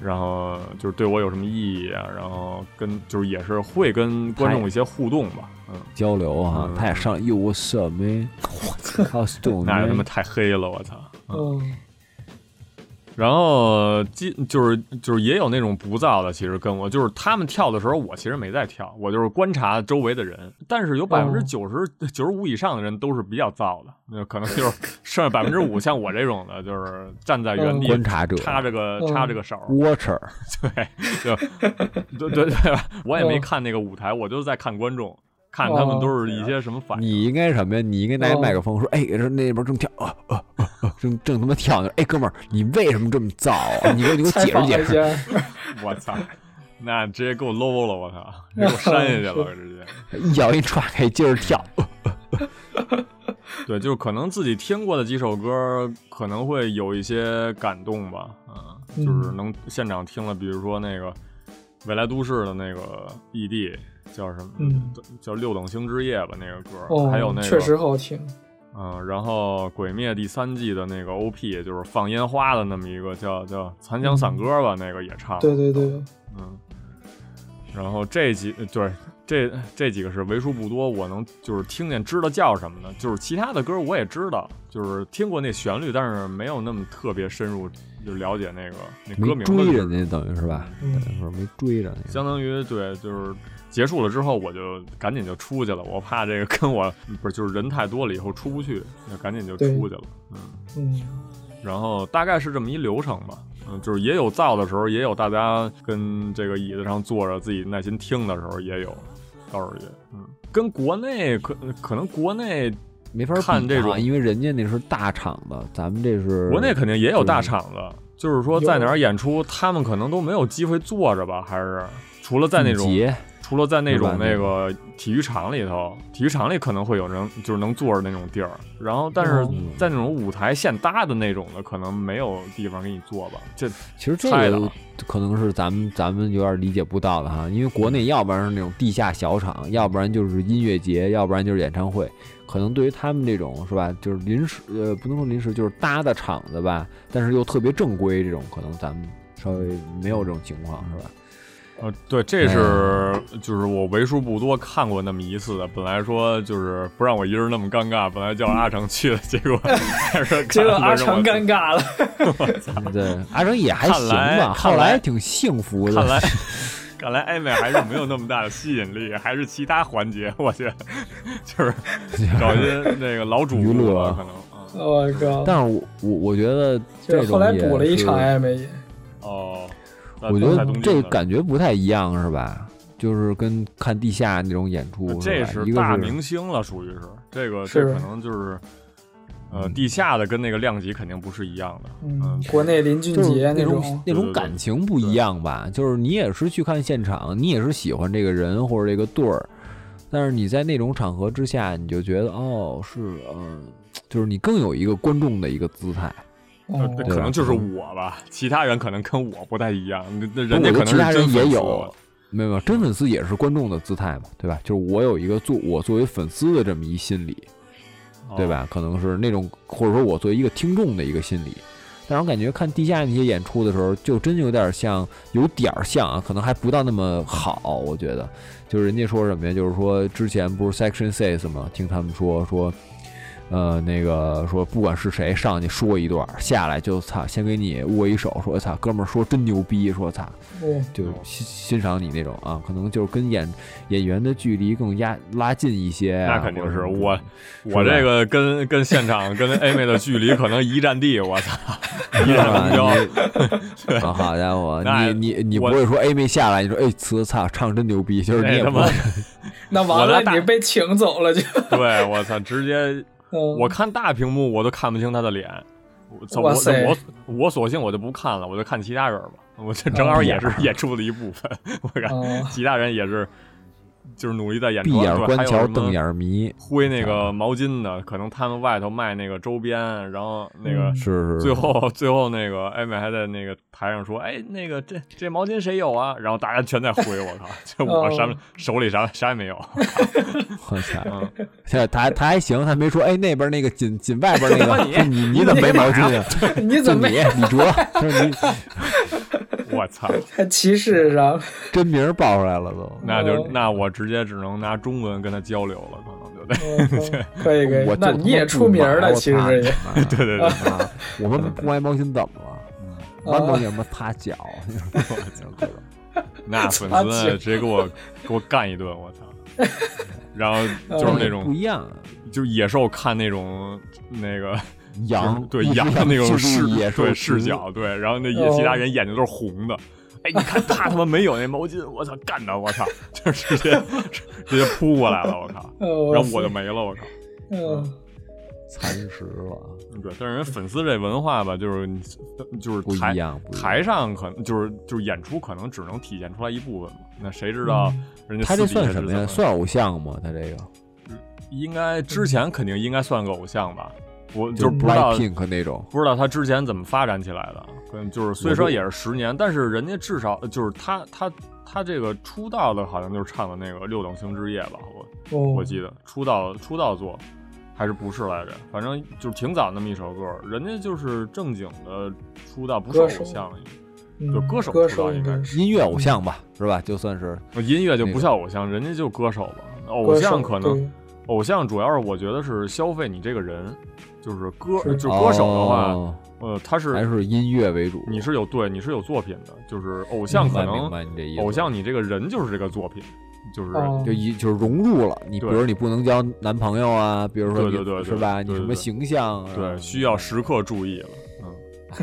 然后就是对我有什么意义啊？然后跟就是也是会跟观众一些互动吧，嗯，交流啊，嗯他也上 You What's Up Man，我操，那也他妈太黑了，我操！嗯，然后基就是就是也有那种不造的，其实跟我就是他们跳的时候，我其实没在跳，我就是观察周围的人。但哦是有百分之九十九十五以上的人都是比较造的，那可能就是剩下百分之五，像我这种的，就是站在原地哦观察者哦插着个嗯插着个手， Watcher，对，就对对对， 我也没嗯看那个舞台，我就在看观众，看他们都是一些什么反应。你应该什么呀？你应该拿一哦麦克风说，哎，这那边正跳，啊啊啊，正正他妈跳呢，哎，哥们儿，你为什么这么造 啊？你给我你给我 采解访释一解释，下，我操，那直接给我搂了，我 操，给我扇下去了，直接。一脚一踹，接着跳，对，就是可能自己听过的几首歌，可能会有一些感动吧，嗯，就是能现场听了，比如说那个未来都市的那个 ED 叫什么？嗯叫《六等星之夜》吧，那个歌，哦，还有那个确实好听，嗯，然后《鬼灭》第三季的那个 OP，就是放烟花的那么一个叫叫《残响散歌》吧，那个也唱，对对对，嗯，然后这几呃对这这几个是为数不多，我能就是听见知道叫什么的，就是其他的歌我也知道，就是听过那旋律，但是没有那么特别深入就了解那个那歌没名追的人家等于是吧？嗯等于是没追人家。相当于对，就是结束了之后，我就赶紧就出去了，我怕这个跟我不是就是人太多了以后出不去，就赶紧就对出去了，嗯。嗯，然后大概是这么一流程吧，嗯，就是也有造的时候，也有大家跟这个椅子上坐着自己耐心听的时候，也有，倒是也，嗯，跟国内可可能国内没法比看这啊种因为人家那是大厂子，咱们这是国内肯定也有大厂子，嗯就是说在哪儿演出，他们可能都没有机会坐着吧，还是除了在那种季节除了在那种嗯是吧那个体育场里头，体育场里可能会有人就是能坐着那种地儿，然后但是嗯在那种舞台现搭的那种的，可能没有地方给你坐吧，这其实这菜的个啊可能是咱们咱们有点理解不到的哈，因为国内要不然是那种地下小厂，要不然就是音乐节，要不然就是演唱会。可能对于他们这种是吧，就是临时呃不能说临时，就是搭的场子吧，但是又特别正规这种，可能咱们稍微没有这种情况是吧？呃，对，这是嗯就是我为数不多看过那么一次的。本来说就是不让我一人那么尴尬，本来叫阿成去的，结果还是结果阿成尴干。尬了，对，阿成也还看行来吧，后看来来挺幸福的。看来，看来艾美还是没有那么大的吸引力，还是其他环节，我觉得就是找一些那个老主娱顾乐吧，可能。嗯我靠，但是我我我觉得这种就是后来也补了一是场艾美，哦，那我觉在得东京这的感觉不太一样，是吧？就是跟看地下那种演出，这是吧是一个大是明星了，属于是这个，是这可能就是呃嗯地下的跟那个量级肯定不是一样的。嗯，国内林俊就是杰那啊种，对对那种感情不一样吧？就是你也是去看现场，你也是喜欢这个人或者这个队儿，但是你在那种场合之下，你就觉得哦，是嗯，就是你更有一个观众的一个姿态。呃哦那对啊可吧能就是我吧，其他人可能跟我不太一样，那那人不家我觉可得能其是他真人粉也丝有，没有没有，真粉丝也是观众的姿态嘛，对吧？就是我有一个作我作为粉丝的这么一心理，哦对？吧？可能是那种，或者说我作为一个听众的一个心理。但是我感觉看地下那些演出的时候，就真有点像，有点儿像啊，可能还不到那么好。我觉得，就是人家说什么呀？就是说之前不是 Section Six 嘛，听他们说说，呃，那个说不管是谁上去说一段，下来就操，先给你握一手，说操，哥们儿说真牛逼，说操，哦，就欣欣赏你那种啊，可能就是跟演演员的距离更压拉近一些啊、那肯定或者是什么我，是我吧这个跟跟现场跟 A 妹的距离可能一站地，我 操，一站公交，你 啊好家伙，那你你你不我会说 A 妹下来，你说哎词操唱真牛逼，就是你那也他不妈会，那完我了的大你被请走了就。对我操，直接嗯我看大屏幕我都看不清他的脸，我操哇我塞我我索性我就不看了，我就看其他人吧，我啊这正好也是演出的一部分，我感哦其他人也是就是努力在演出，闭眼对观还有桥什么嗯瞪眼迷，挥那个毛巾的，可能他们外头卖那个周边，然后那个嗯是是，是最后最后那个艾美还在那个台上说：“哎，那个这这毛巾谁有啊？”然后大家全在挥，我靠，这我啥哦手里啥啥也没有。 好家伙嗯，现在他他还行，他没说哎那边那个紧紧外边那个，你就你你怎么没毛巾 啊？你就怎么你李卓，就是你我操，还歧视上？真名儿报出来了都。那就哦那我直接只能拿中文跟他交流了，可能就 得。嗯可以可以我，那就你也他妈出不名买了，我其怕实你也。妈 对对对，啊，我们不爱毛巾怎么了？啊弯毛巾什么擦脚， 那粉丝直接给我给我干一顿，我操！ 然后就是那不种一样。啊就是野兽看那种那个羊对 羊的那种视野对视，角哦对，然后那野其他人眼睛都是红的。哎，你看他他妈没有那毛巾，我操，干的，我操，就是直接直直接扑过来了，我靠，呃然后哦我就没了，我靠。嗯蚕食了，啊对，但是人粉丝这文化吧，就是你就是不一台样。不一样台上可能就是就是演出可能只能体现出来一部分嘛，那谁知道人家他这私底下算是什么怎呀？算偶像吗？他这个应该之前肯定应该算个偶像吧，我就是不知道 Blackpink 那种，不知道他之前怎么发展起来的，可能就是虽说也是十年，但是人家至少就是他他他这个出道的好像就是唱的那个《六等星之夜》吧，我我哦，记得出道出道作还是不是来着，反正就是挺早那么一首歌，人家就是正经的出道，不是歌偶手像，嗯就歌手歌出道手应应该该是是音乐偶像吧，是吧？就算是哦音乐就那不个叫偶像，人家就歌手吧。偶歌手像可能对偶像主要是我觉得是消费你这个人，就是歌是就歌手的话，哦呃，他是还是音乐为主。你是有对，你是有作品的，就是偶像明可白能明白你这意思，偶像你这个人就是这个作品，就是哦就一就是融入了你，比对如你不能交男朋友啊，比如说你对对对对是吧？你对对什么形象啊？对需要时刻注意了。嗯，啊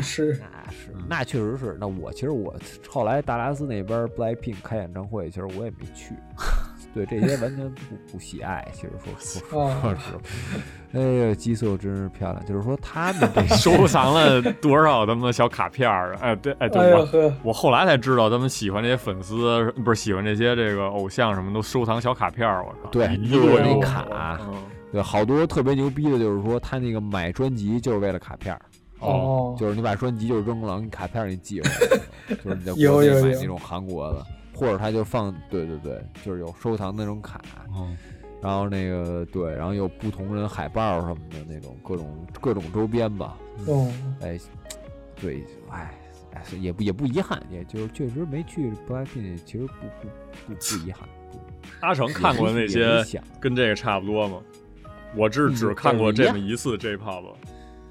是那是那确实是。那我其实我后来达拉斯那边 Blackpink 开演唱会，其实我也没去， 对这些完全不不喜爱。其实说说说 哦实话，哎呀，基素真是漂亮。就是说他们 这收藏了多少他妈小卡片儿？哎，对，哎，对哎呦我。呵，我后来才知道，他们喜欢这些粉丝，不是喜欢这些这个偶像什么，都收藏小卡片儿。我靠，对一就是摞一那摞卡的嗯对好多特别牛逼的，就是说他那个买专辑就是为了卡片儿。哦，哦，就是你把专辑就扔了，你卡片儿给你寄回来，就是你在有国内有买有那种韩国的，或者他就放，对对对，就是有收藏那种卡，哦嗯然后那个对，然后有不同人海报什么的那种各种各种周边吧，哦，哎，对，哎。哎也不也不遗憾，也就是确实没去 Blackpink，其实不不不不遗憾。不阿成看过那也没些想跟这个差不多吗？我是只嗯看过对这么一次 J-pop，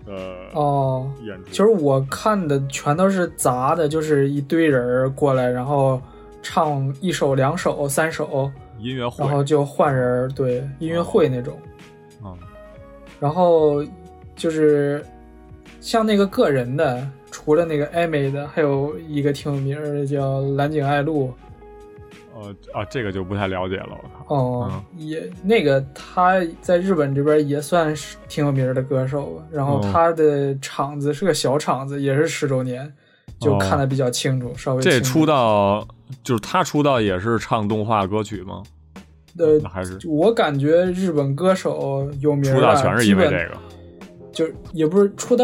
呃，哦，演出。其实我看的全都是杂的，就是一堆人儿过来，然后唱一首、两首、三首，音乐会然，后就换人儿，对，音乐会那种。嗯，然后就是像那个个人的，除了那个艾美的，还有一个挺有名儿的叫蓝井爱露，呃啊，这个就不太了解了，我靠。哦，也那个他在日本这边也算是挺有名儿的歌手吧。然后嗯他的场子是个小场子，也是十周年，就哦看得比较清楚，稍微这清楚出道就是他出道也是唱动画歌曲吗？呃那还是我感觉日本歌手有名儿出的道全是因为这个？基就是也不是出道，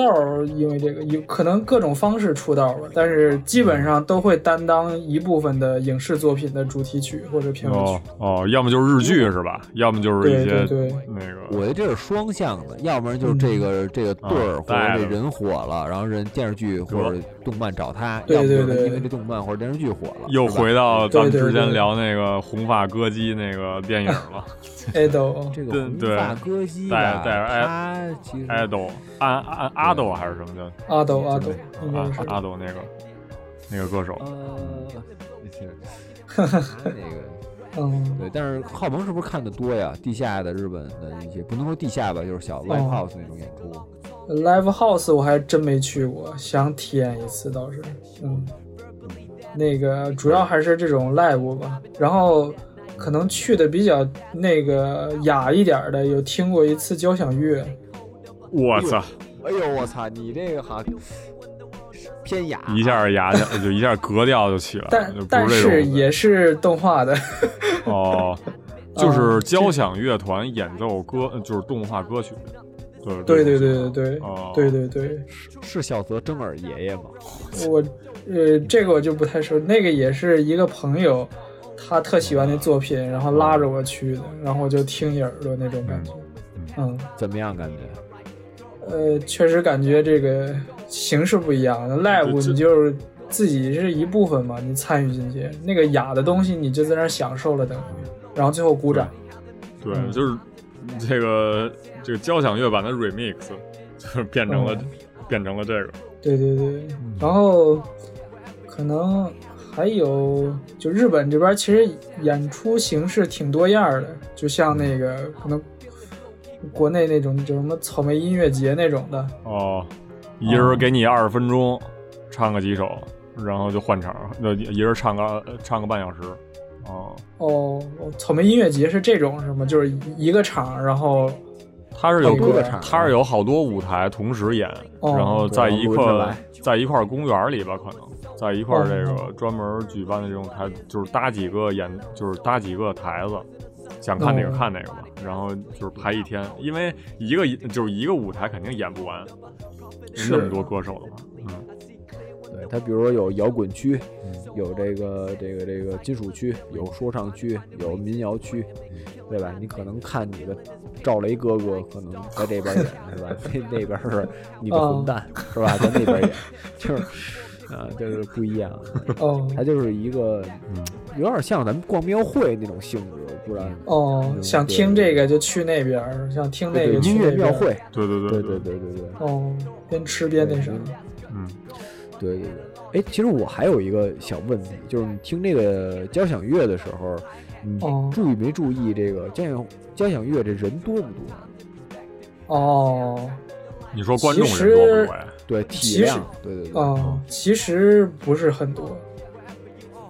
因为这个有可能各种方式出道吧，但是基本上都会担当一部分的影视作品的主题曲或者片尾曲。哦哦，要么就是日剧是吧？要么就是一对些对对，那个，我觉得这是双向的，要不然就是这嗯个、这个对儿、啊或者带这着人火了，然后人电视剧或者动漫找他，对要不就对是对因为这动漫或者电视剧火了，又是吧回到咱们对对之前对聊那个红发歌姬那个电影 了爱豆，这个对红对发歌姬带吧，带着哎他其实，idol 安安阿斗还是什么阿斗阿斗，应叫嗯该啊是阿斗那个那个歌手，呃，是他那个。嗯，对，但是浩鹏是不是看的多呀？地下的日本的一些，不能说地下吧，就是小 live 哦 house 那种演出。 Live House 我还真没去过，想体验一次倒是。嗯，那个主要还是这种 live 吧，然后可能去的比较那个雅一点儿的，有听过一次交响乐，我操，哎呦，我操，你这个好像偏雅一下牙就就一下格调就起来了，但啊就不但是这是种也是动画的， 哦，嗯就是交响乐团演奏歌，呃就是动画歌曲，对 对对对对对、哦对对对，是小泽征尔爷爷吗？我呃这个我就不太熟，那个也是一个朋友，他特喜欢那作品，然后拉着我去的，然后我就听一耳朵那种感觉，嗯。怎么样感觉？呃，确实感觉这个形式不一样。这 live 这你就是自己是一部分嘛，你参与进去，那个雅的东西你就在那儿享受了，等于，然后最后鼓掌。嗯对，就是这个这个交响乐版的 remix，就是变成了嗯变成了这个，对对对，嗯然后可能还有就日本这边其实演出形式挺多样儿的，就像那个嗯可能国内那种叫什么草莓音乐节那种的，哦，一人给你二十分钟，唱个几首，然后就换场，那一人唱个呃唱个半小时，哦，哦，草莓音乐节是这种是吗？就是一个场，然 后它是有换一个场它是有好多舞台同时演，哦然后在一对轮着块来在一块公园里吧，可能在一块这个专门举办的这种台，就是搭几个演，就是搭几个台子，想看哪个哦看哪个吧，然后就是排一天，因为一个就是一个舞台肯定演不完，是那么多歌手的话，嗯，对他，比如说有摇滚区，有这个这个这个金属区，有说唱区，有民谣区，对吧？你可能看你的赵雷哥哥可能在这边演是吧？那那边是你的混蛋、哦是吧？在那边演，就是啊，就是不一样。哦。它就是一个，有点像咱们逛庙会那种性质，我不知道。哦嗯，想对听这个就去那边儿，想听那个对去音乐那庙边儿。会，对对对对对，对对对。哦，边吃边那啥。嗯，对对对，哎，其实我还有一个小问题，就是你听这个交响乐的时候，你哦注意没注意这个交响交响乐这人多不多？啊哦，你说观众其人多不哎多实呀？对，体其量实，对对对，哦，其实不是很多。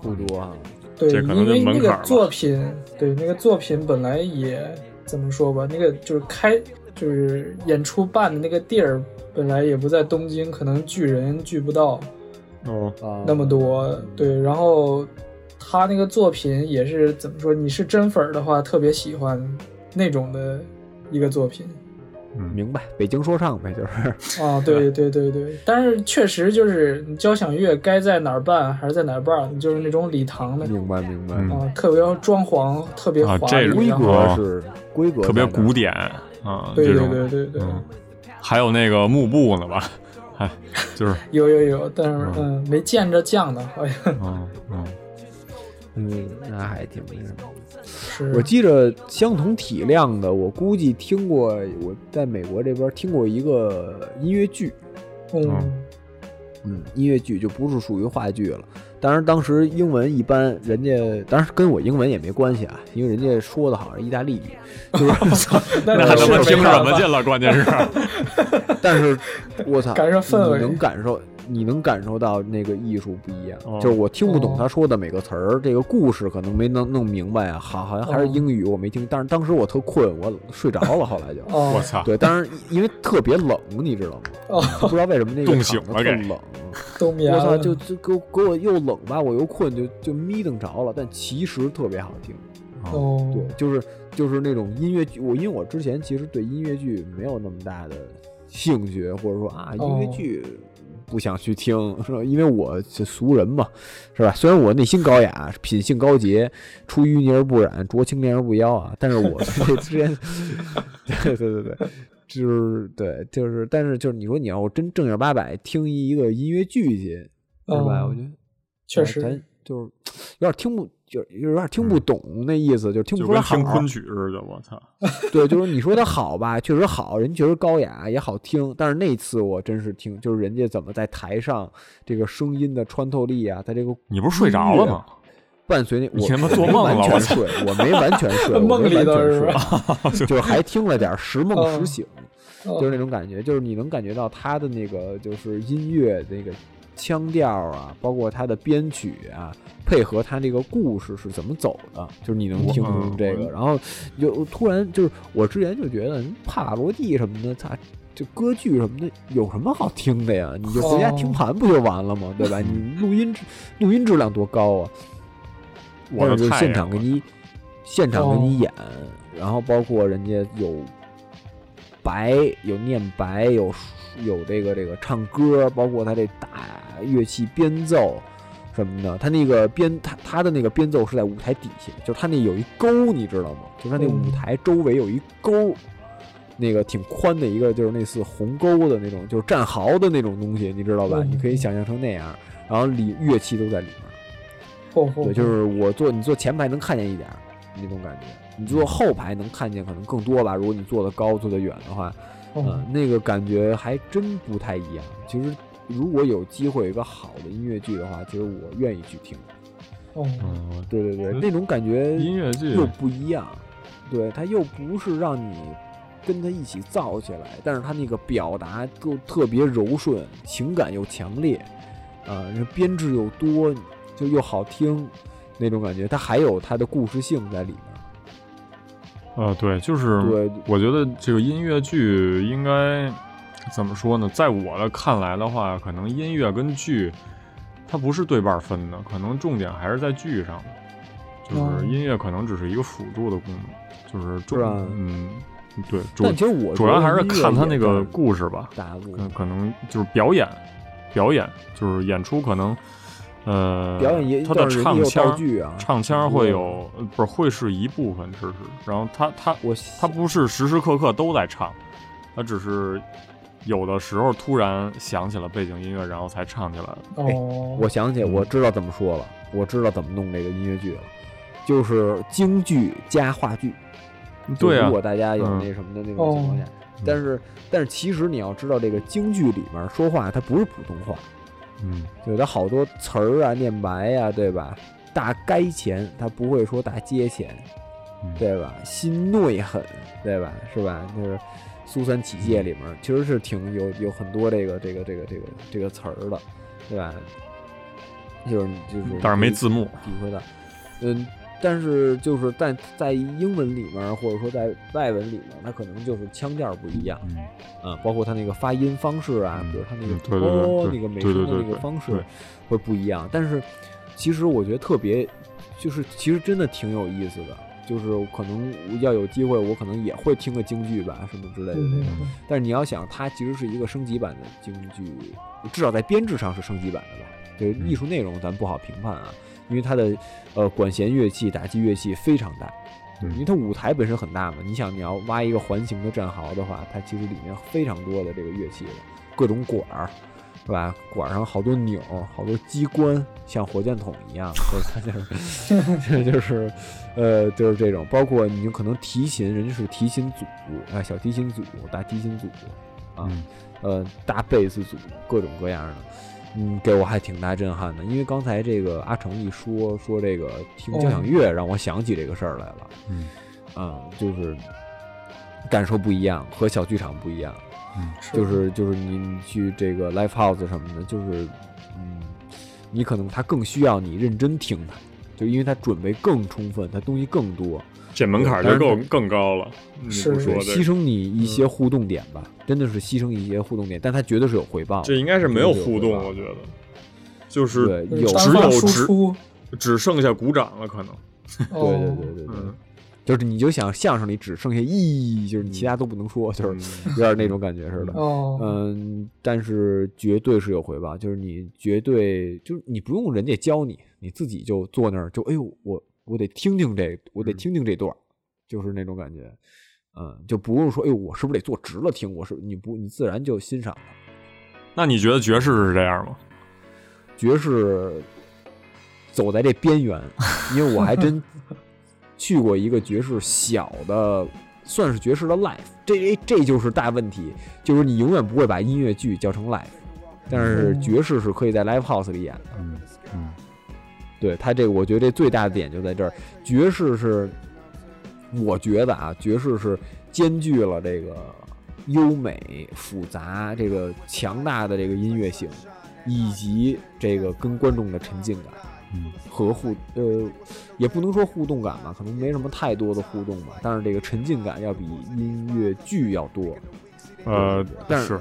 不多啊。对，这可能因就为门那槛个儿吧作品，对那个作品本来也怎么说吧，那个就是开就是演出办的那个地儿，本来也不在东京，可能聚人聚不到。哦，啊，那么多，对，然后他那个作品也是怎么说？你是真粉儿的话，特别喜欢那种的一个作品嗯，明白，北京说唱呗，就是。 啊，对对对对。但是确实就是你交响乐该在哪儿办还是在哪儿办，你就是那种礼堂的明白明白。嗯啊，特别装潢，特别啊华这丽，种规然后格是规格特别在哪儿古典啊，对这对种对对对，嗯，还有那个幕布呢吧， 哎，就是有有有，但是嗯，没见着降的， 好像嗯嗯。嗯，那还挺那什么。是我记着相同体量的，我估计听过，我在美国这边听过一个音乐剧，嗯哦嗯，音乐剧就不是属于话剧了。当然，当时英文一般，人家当然跟我英文也没关系啊，因为人家说的好像是意大 利语，就是那 那倒他是妈没听办什么法劲了？关键是， 但是我操，感受氛围你能感受，你能感受到那个艺术不一样。哦就是我听不懂哦他说的每个词儿，这个故事可能没能弄明白啊，好，好像还是哦英语，我没听。但是当时我特困，我睡着 了，后来就。哦我，操！对，当然因为特别冷，你知道吗？哦不知道为什么那个冻场醒子了特给冷。冬眠我操，了，就就给我给我又冷吧，我又困，就就眯瞪着了。但其实特别好听，哦，对，就是就是那种音乐剧。我因为我之前其实对音乐剧没有那么大的兴趣，或者说啊，音乐剧不想去听，说因为我这俗人嘛，是吧？虽然我内心高雅，品性高洁，出淤泥而不染，濯清涟而不妖啊，但是我这之前， 对对对对，就是对，就是，但是就是你说你要真正儿八百听一个音乐剧去，是吧？嗯我觉得确哎实嗯咱就是有点听不，就是有点听不懂那意思，就是听不就出跟来好啊听。昆曲似的，我操！对，就是你说它好吧，确实好，人确实高雅，也好听。但是那次我真是听，就是人家怎么在台上这个声音的穿透力啊，他这个你不是睡着了吗？伴随那你我他妈我做没梦完了全我操睡，我没完全 睡，我没梦里完头全是睡吧， 就是还听了点儿时梦时嗯醒，哦就是那种感觉，就是你能感觉到他的那个就是音乐那个腔调啊，包括他的编曲啊，配合他这个故事是怎么走的，就是你能听嗯出这个。然后就突然就是我之前就觉得嗯帕瓦罗蒂什么的，他就歌剧什么的有什么好听的呀？你哦就回家听盘不就完了吗？对吧？你录音质录音质量多高啊！我但的是就太现阳场给你现场给哦你演，然后包括人家有白有念白，有有这个这个唱歌，包括他这打乐器编奏什么的。他那个编他他的那个编奏是在舞台底下，就是他那有一沟，你知道吗？就是他那舞嗯台周围有一沟。那个挺宽的一个，就是类似鸿沟的那种，就是战壕的那种东西，你知道吧？嗯你可以想象成那样，然后里乐器都在里面，嚯嚯，对，就是我坐你坐前排能看见一点儿那种感觉，你坐后排能看见可能更多吧。如果你坐得高、坐得远的话，嗯、嗯那个感觉还真不太一样。其实如果有机会有一个好的音乐剧的话，其实我愿意去听。嗯嗯，对对对，嗯那种感觉音乐剧又不一样，对，它又不是让你跟它一起造起来，但是它那个表达都特别柔顺，情感又强烈，啊、然后编制又多，就又好听那种感觉，它还有它的故事性在里面，呃，对，就是对我觉得这个音乐剧应该怎么说呢？在我的看来的话，可能音乐跟剧它不是对半分的，可能重点还是在剧上，就是嗯音乐可能只是一个辅助的功能，就是重哦是吧嗯，对，主但其实我主觉要得还是音乐看他也那个占故嗯事吧，大部可分。可能就是表演，表演就是演出可能。呃，表演也，他的但是人家唱也有腔道具啊，唱腔会有，呃不是会是一部分，只是，然后他他我他不是时时刻刻都在唱，他只是有的时候突然想起了背景音乐，然后才唱起来的。哦，我想起嗯我知道怎么说了，我知道怎么弄这个音乐剧了，就是京剧加话剧。就对啊如果大家有嗯那什么的那种情况下，但是但是其实你要知道，这个京剧里面说话它不是普通话，嗯，对，它好多词儿啊、念白呀、对吧？大该钱，它不会说大街钱，嗯对吧？心内狠，对吧？是吧？就是《苏三起解》里面嗯其实是挺有有很多这个这个这个这个这个词儿的，对吧？就是就是，但是没字幕。体会到。嗯，但是就是在在英文里面，或者说在外文里面，它可能就是腔调不一样嗯，啊，包括它那个发音方式啊，嗯比如它那嗯个对对对哦对那个美对声对的对那个对方式对会不一样。但是其实我觉得特别，就是其实真的挺有意思的。就是可能要有机会，我可能也会听个京剧吧，什么之类的那种。嗯但是你要想，它其实是一个升级版的京剧，至少在编制上是升级版的吧。就是艺术内容咱不好评判啊，因为它的呃管弦乐器、打击乐器非常大，对因为它舞台本身很大嘛。你想，你要挖一个环形的战壕的话，它其实里面非常多的这个乐器，各种管儿。是吧？管儿上好多钮儿，好多机关，像火箭筒一样，就是它 就是，就是，呃，就是这种。包括你可能提琴，人家是提琴组啊，小提琴组、大提琴组啊，嗯呃，大贝斯组，各种各样的。嗯，给我还挺大震撼的，因为刚才这个阿成一说说这个听交响乐，让我想起这个事儿来了。嗯啊，就是感受不一样，和小剧场不一样。嗯，就是就是你你去这个 live house 什么的，就是嗯，你可能他更需要你认真听他，就因为他准备更充分，他东西更多，这门槛对就但够是更高了。你是不是说牺这，牲你一些互动点吧，真的是牺牲一些互动点，但他绝对是有回报的。这应该是没有互动，对我觉得，就是对就是有单只方 有输只出，只剩下鼓掌了，可能。对对对对对对，嗯就是你就想相声里只剩下一，就是你其他都不能说，嗯就是有点那种感觉似的。哦，嗯，但是绝对是有回报，就是你绝对就是你不用人家教你，你自己就坐那儿就哎呦，我我得听听这，我得听听这段儿，就是那种感觉。嗯，就不用说哎呦，我是不是得坐直了听？我是你不你自然就欣赏了。那你觉得爵士是这样吗？爵士走在这边缘，因为我还真去过一个爵士小的，算是爵士的 live，这这就是大问题，就是你永远不会把音乐剧叫成 live，但是爵士是可以在 live house 里演的。嗯嗯对他这个，我觉得这最大的点就在这儿，爵士是，我觉得啊，爵士是兼具了这个优美、复杂、这个强大的这个音乐性，以及这个跟观众的沉浸感。嗯和互呃，也不能说互动感吧，可能没什么太多的互动吧，但是这个沉浸感要比音乐剧要多。呃，但是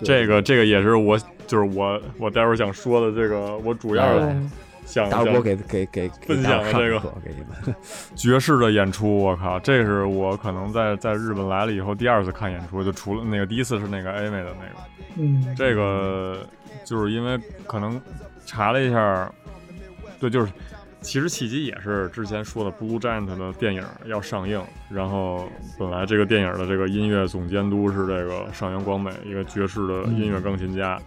对这个这个也是我就是我我待会儿想说的这个，我主要来想哎大伙想给给给给分大伙享上这个课给你们，爵士的演出，我靠，这是我可能在在日本来了以后第二次看演出，就除了那个第一次是那个 A 妹的那个，嗯，这个就是因为可能查了一下，对，就是其实契机也是之前说的《Blue Giant》的电影要上映，然后本来这个电影的这个音乐总监督是这个上原光美，一个爵士的音乐钢琴家，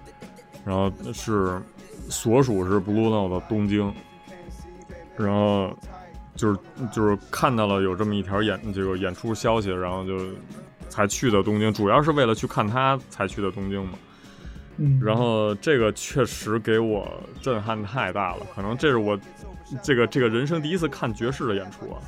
然后是所属是 Blue Note 的东京，然后。就是就是看到了有这么一条演这个演出消息，然后就才去的东京，主要是为了去看他才去的东京嘛。嗯，然后这个确实给我震撼太大了，可能这是我这个这个人生第一次看爵士的演出啊。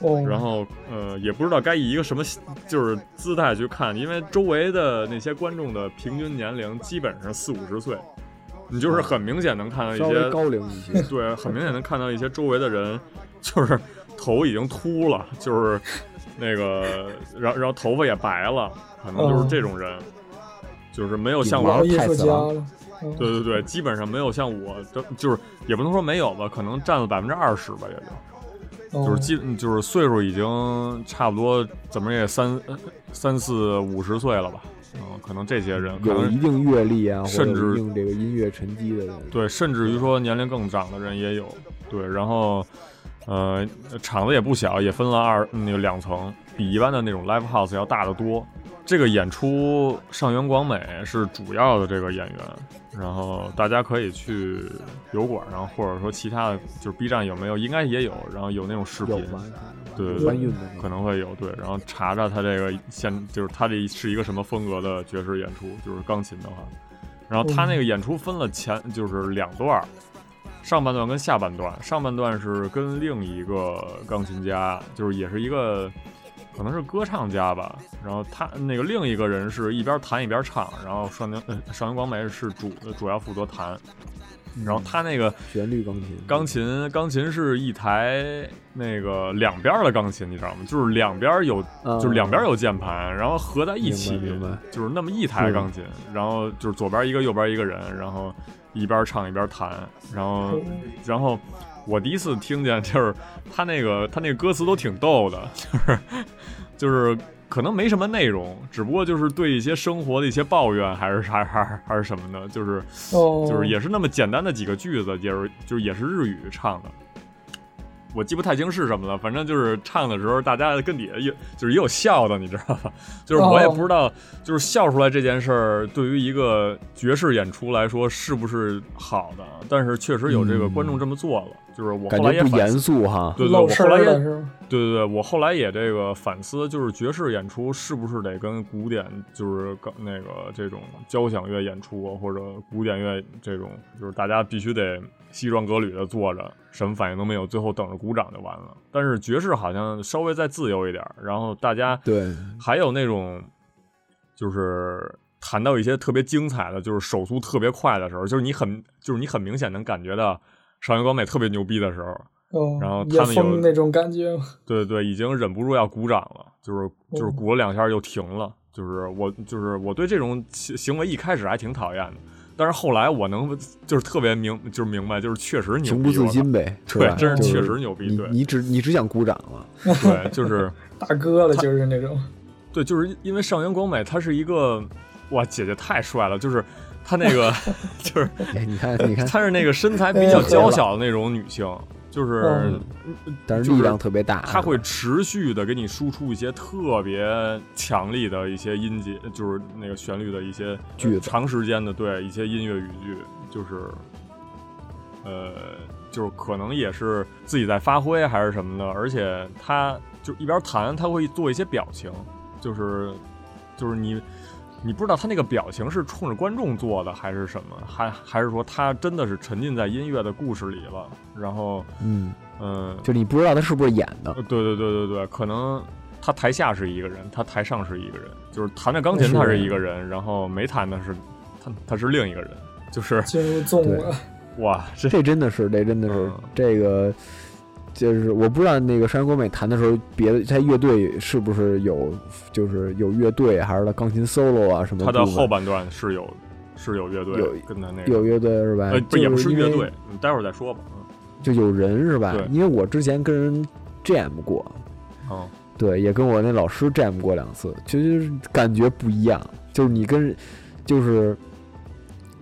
哦，然后呃，也不知道该以一个什么就是姿态去看，因为周围的那些观众的平均年龄基本上四五十岁，你就是很明显能 看到一稍些微高龄一 些。对，很明显能看到一些周围的人，就是头已经秃了，就是那个，然后然后头发也白了，可能就是这种人，就是没有像顶我哦毛老艺术家老了，嗯对对对，基本上没有像我，这就是也不能说没有吧，可能占了百分之二十吧，也就哦就是基就是岁数已经差不多，怎么也三呃三四五十岁了吧，嗯，可能这些人可有能一定阅历啊，或者甚至有一定这个音乐沉积的人，对，甚至于说年龄更长的人也有，对，然后，呃，场子也不小，也分了二那个两层，比一般的那种 live house 要大得多。这个演出上原广美是主要的这个演员，然后大家可以去油管上，或者说其他的，就是 B 站有没有，应该也有，然后有那种视有频，吧？对对有对搬运的那可种。能会有对，然后查查他这个现就是他这是一个什么风格的爵士演出，就是钢琴的话，然后他那个演出分了前就是两段儿，上半段跟下半段，上半段是跟另一个钢琴家，就是也是一个可能是歌唱家吧，然后他那个另一个人是一边弹一边唱，然后上原呃上原光美是主主要负责弹，然后他那个。旋律钢琴，钢琴，钢琴是一台那个两边儿的钢琴，你知道吗？就是两边儿有，嗯就是两边儿有键盘，然后合在一起明白明白，就是那么一台钢琴，然后就是左边一个，右边一个人，然后一边唱一边弹，然哦后，然后我第一次听见就是他那个他那个歌词都挺逗的， 就是就是。可能没什么内容，只不过就是对一些生活的一些抱怨，还是还还还还是什么的，就是哦，就是也是那么简单的几个句子，也是就是也是日语唱的，我记不太清是什么了，反正就是唱的时候，大家跟底下也就是也有笑的，你知道吧？ 就是我哦也不知道，就是笑出来这件事儿，对于一个爵士演出来说是不是好的？但是确实有这个观众这么做了，就是我嗯感后来也觉不反严思，肃哈。对对，露我事后来儿也了是吗？对对对，我后来也这个反思，就是爵士演出是不是得跟古典，就是跟那个这种交响乐演出啊或者古典乐这种，就是大家必须得西装革履的坐着，什么反应都没有，最后等着鼓掌就完了。但是爵士好像稍微再自由一点儿，然后大家对，还有那种就是谈到一些特别精彩的，就是手速特别快的时候，就是你很就是你很明显能感觉到上原光美特别牛逼的时候，哦，然后野他们有风那种感觉吗，对对，已经忍不住要鼓掌了，就是就是嗯鼓了两下又停了，就是我就是我对这种行行为一开始还挺讨厌的，但是后来我能就是特别明，就是明白，就是确实牛逼，情不自 禁呗，对吧，真是就确实牛逼你对你只你只想鼓掌了， 对，就是 大哥了，就是那种。对，就是因为上原光美她是一个，哇，姐姐太帅了，就是她那 个就是哎，你看 你看，她是那个身材比较娇小的那种女性，嗯就是但是就是力量特别大，啊她会持续的给你输出一些特别强力的一些音节，就是那个旋律的一些句子长时间的对一些音乐语句，就是呃，就是可能也是自己在发挥还是什么的，而且她就一边弹，她会做一些表情，就是就是你。你不知道她那个表情是冲着观众做的，还是什么，还还是说她真的是沉浸在音乐的故事里了？然后，嗯，嗯，就是你不知道他是不是演的呃，对对对对对，可能他台下是一个人，他台上是一个人，就是弹着钢琴他是一个人，然后没弹的是他他是另一个人，就是进入纵对我，哇，这这真的是，这真的是嗯这个。就是我不知道那个山国美弹的时候，别的他乐队是不是有，就是有乐队，还是他钢琴 solo 啊什么部他分？的后半段是有是有乐队有跟他那个有乐队是吧？呃不也不是就乐因为队，嗯待会儿再说吧，就有人是吧对？因为我之前跟人 jam 过，嗯对，也跟我那老师 jam 过两次，其实感觉不一样。就是你跟，就是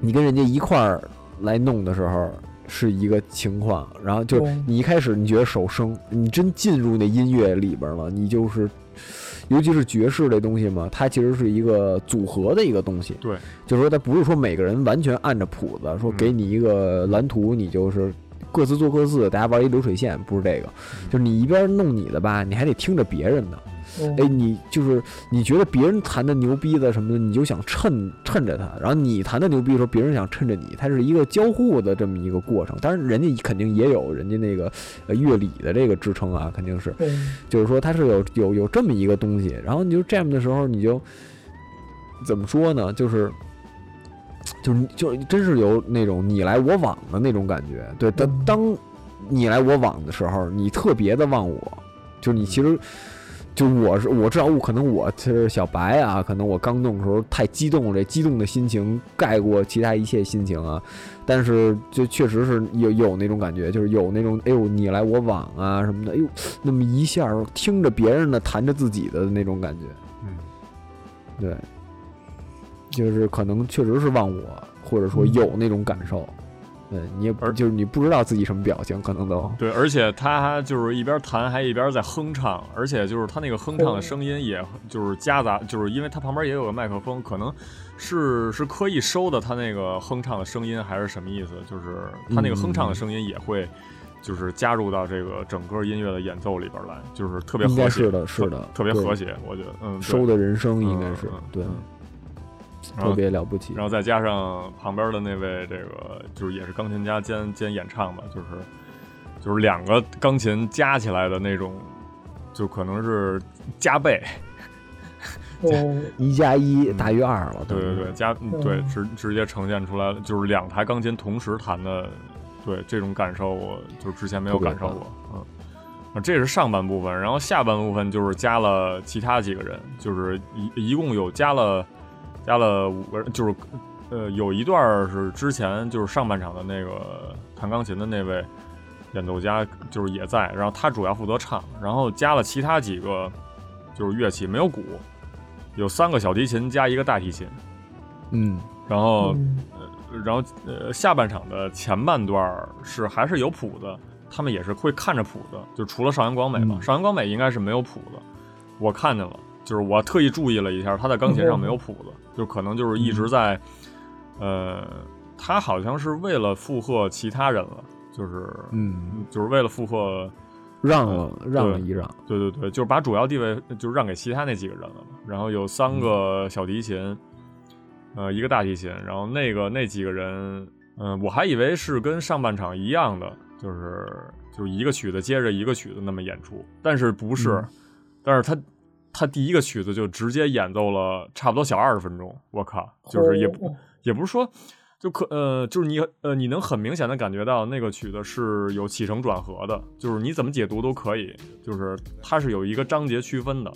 你跟人家一块儿来弄的时候是一个情况，然后就是嗯你一开始你觉得手生，你真进入那音乐里边了，你就是，尤其是爵士这东西嘛，它其实是一个组合的一个东西。对，就是说它不是说每个人完全按着谱子，说给你一个蓝图，你就是各自做各自，大家玩一流水线，不是这个，就是你一边弄你的吧，你还得听着别人的。嗯哎，你就是你觉得别人弹的牛逼的什么的，你就想趁趁着他，然后你弹的牛逼的时候，别人想趁着你，它是一个交互的这么一个过程。当然，人家肯定也有人家那个呃乐理的这个支撑啊，肯定哎是。对，就是说它是有有有这么一个东西，然后你就 jam 的时候，你就怎么说呢？就是就是就是真是有那种你来我往的那种感觉。对，当嗯当你来我往的时候，你特别的忘我，就是你其实。就我是我至少我可能我是小白啊，可能我刚弄的时候太激动了，这激动的心情盖过其他一切心情啊。但是就确实是有有那种感觉，就是有那种哎呦你来我往啊什么的，哎呦那么一下儿听着别人的弹着自己的那种感觉，嗯，对，就是可能确实是忘我，或者说有那种感受，嗯，你也不而就是你不知道自己什么表情，可能都对，而且他就是一边弹还一边在哼唱，而且就是他那个哼唱的声音，也就是夹杂，就是因为他旁边也有个麦克风，可能是是刻意收的他那个哼唱的声音，还是什么意思？就是他那个哼嗯唱的声音也会，就是加入到这个整个音乐的演奏里边来，就是特别应该和谐，是的，是的，特别对和，谐，我觉得，嗯，对收的人声应该是嗯嗯对，然特后别了不起然，后再加上旁边的那位，这个就是也是钢琴家兼兼演唱吧，就是就是两个钢琴加起来的那种，就可能是加倍， 哦，一加一嗯大于二了，对对等于对，加嗯对直直接呈现出来，就是两台钢琴同时弹的，对这种感受我就是之前没有感受特别过，嗯。啊，这是上半部分，然后下半部分就是加了其他几个人，就是一一共有加了加了五个人，就是呃有一段儿是之前就是上半场的那个弹钢琴的那位演奏家就是也在，然后他主要负责唱，然后加了其他几个就是乐器，没有鼓，有三个小提琴加一个大提琴，嗯，然后、嗯呃然后呃下半场的前半段儿是还是有谱子，他们也是会看着谱子，就除了上原光美嘛，嗯上原光美应该是没有谱子，我看见了，就是我特意注意了一下，他在钢琴上没有谱子，就可能就是一直在，呃，他好像是为了附和其他人了，就是嗯，就是为了附和。让了让对了一让，对对对，就是把主要地位就是让给其他那几个人了嘛。然后有三个小提琴，呃，一个大提琴。然后那个那几个人，嗯、我还以为是跟上半场一样的，就是就是一个曲子接着一个曲子那么演出，但是不是？嗯但是他他第一个曲子就直接演奏了差不多小二十分钟，我靠，就是也不、哦也不是说。就可呃，就是你呃，你能很明显的感觉到那个曲子是有起承转合的，就是你怎么解读都可以，就是它是有一个章节区分的，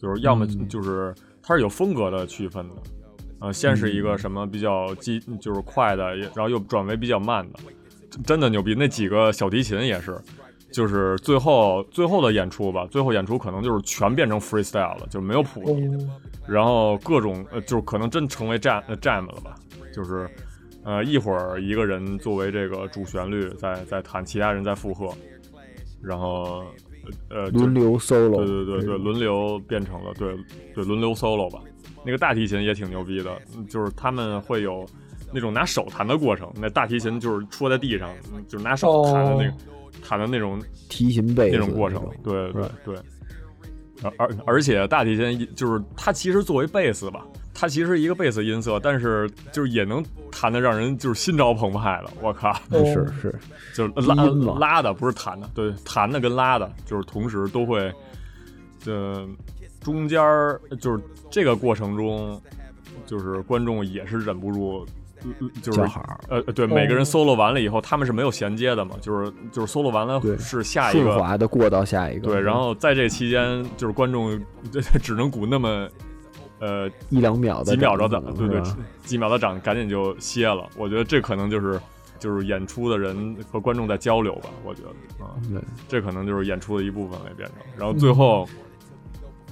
就是要么嗯就是它是有风格的区分的，呃，先是一个什么比较激，就是快的，也然后又转为比较慢的，真的牛逼。那几个小提琴也是，就是最后最后的演出吧，最后演出可能就是全变成 freestyle 了，就没有谱子，嗯然后各种呃，就是可能真成为 jam 呃 jam 了吧，就是呃一会儿一个人作为这个主旋律在在弹，其他人在附和，然后呃就轮流 solo，对对对对，轮流变成了对对轮流 solo 吧。那个大提琴也挺牛逼的，嗯就是他们会有那种拿手弹的过程，那大提琴就是戳在地上，嗯就是拿手弹的那个、弹的那种提琴贝斯那种过程，对嗯对对。而而而且大提琴就是它其实作为贝斯吧，它其实是一个贝斯音色，但是就是也能弹的让人就是心潮澎湃的，我靠！哦是是，就是拉低音嘛拉的，不是弹的，对，弹的跟拉的，就是同时都会，呃，中间儿就是这个过程中，就是观众也是忍不住，呃就是叫好哦呃对，每个人 solo 完了以后，他们是没有衔接的嘛，就是就是 solo 完了对是下一顺个，滑的过到下一个，对，然后在这期间就是观众 只能鼓那么，呃，一两秒的几秒钟的掌，声对对是吧，几秒的掌，赶紧就歇了。我觉得这可能就是就是演出的人和观众在交流吧，我觉得啊，对，这可能就是演出的一部分了，也变成。然后最后，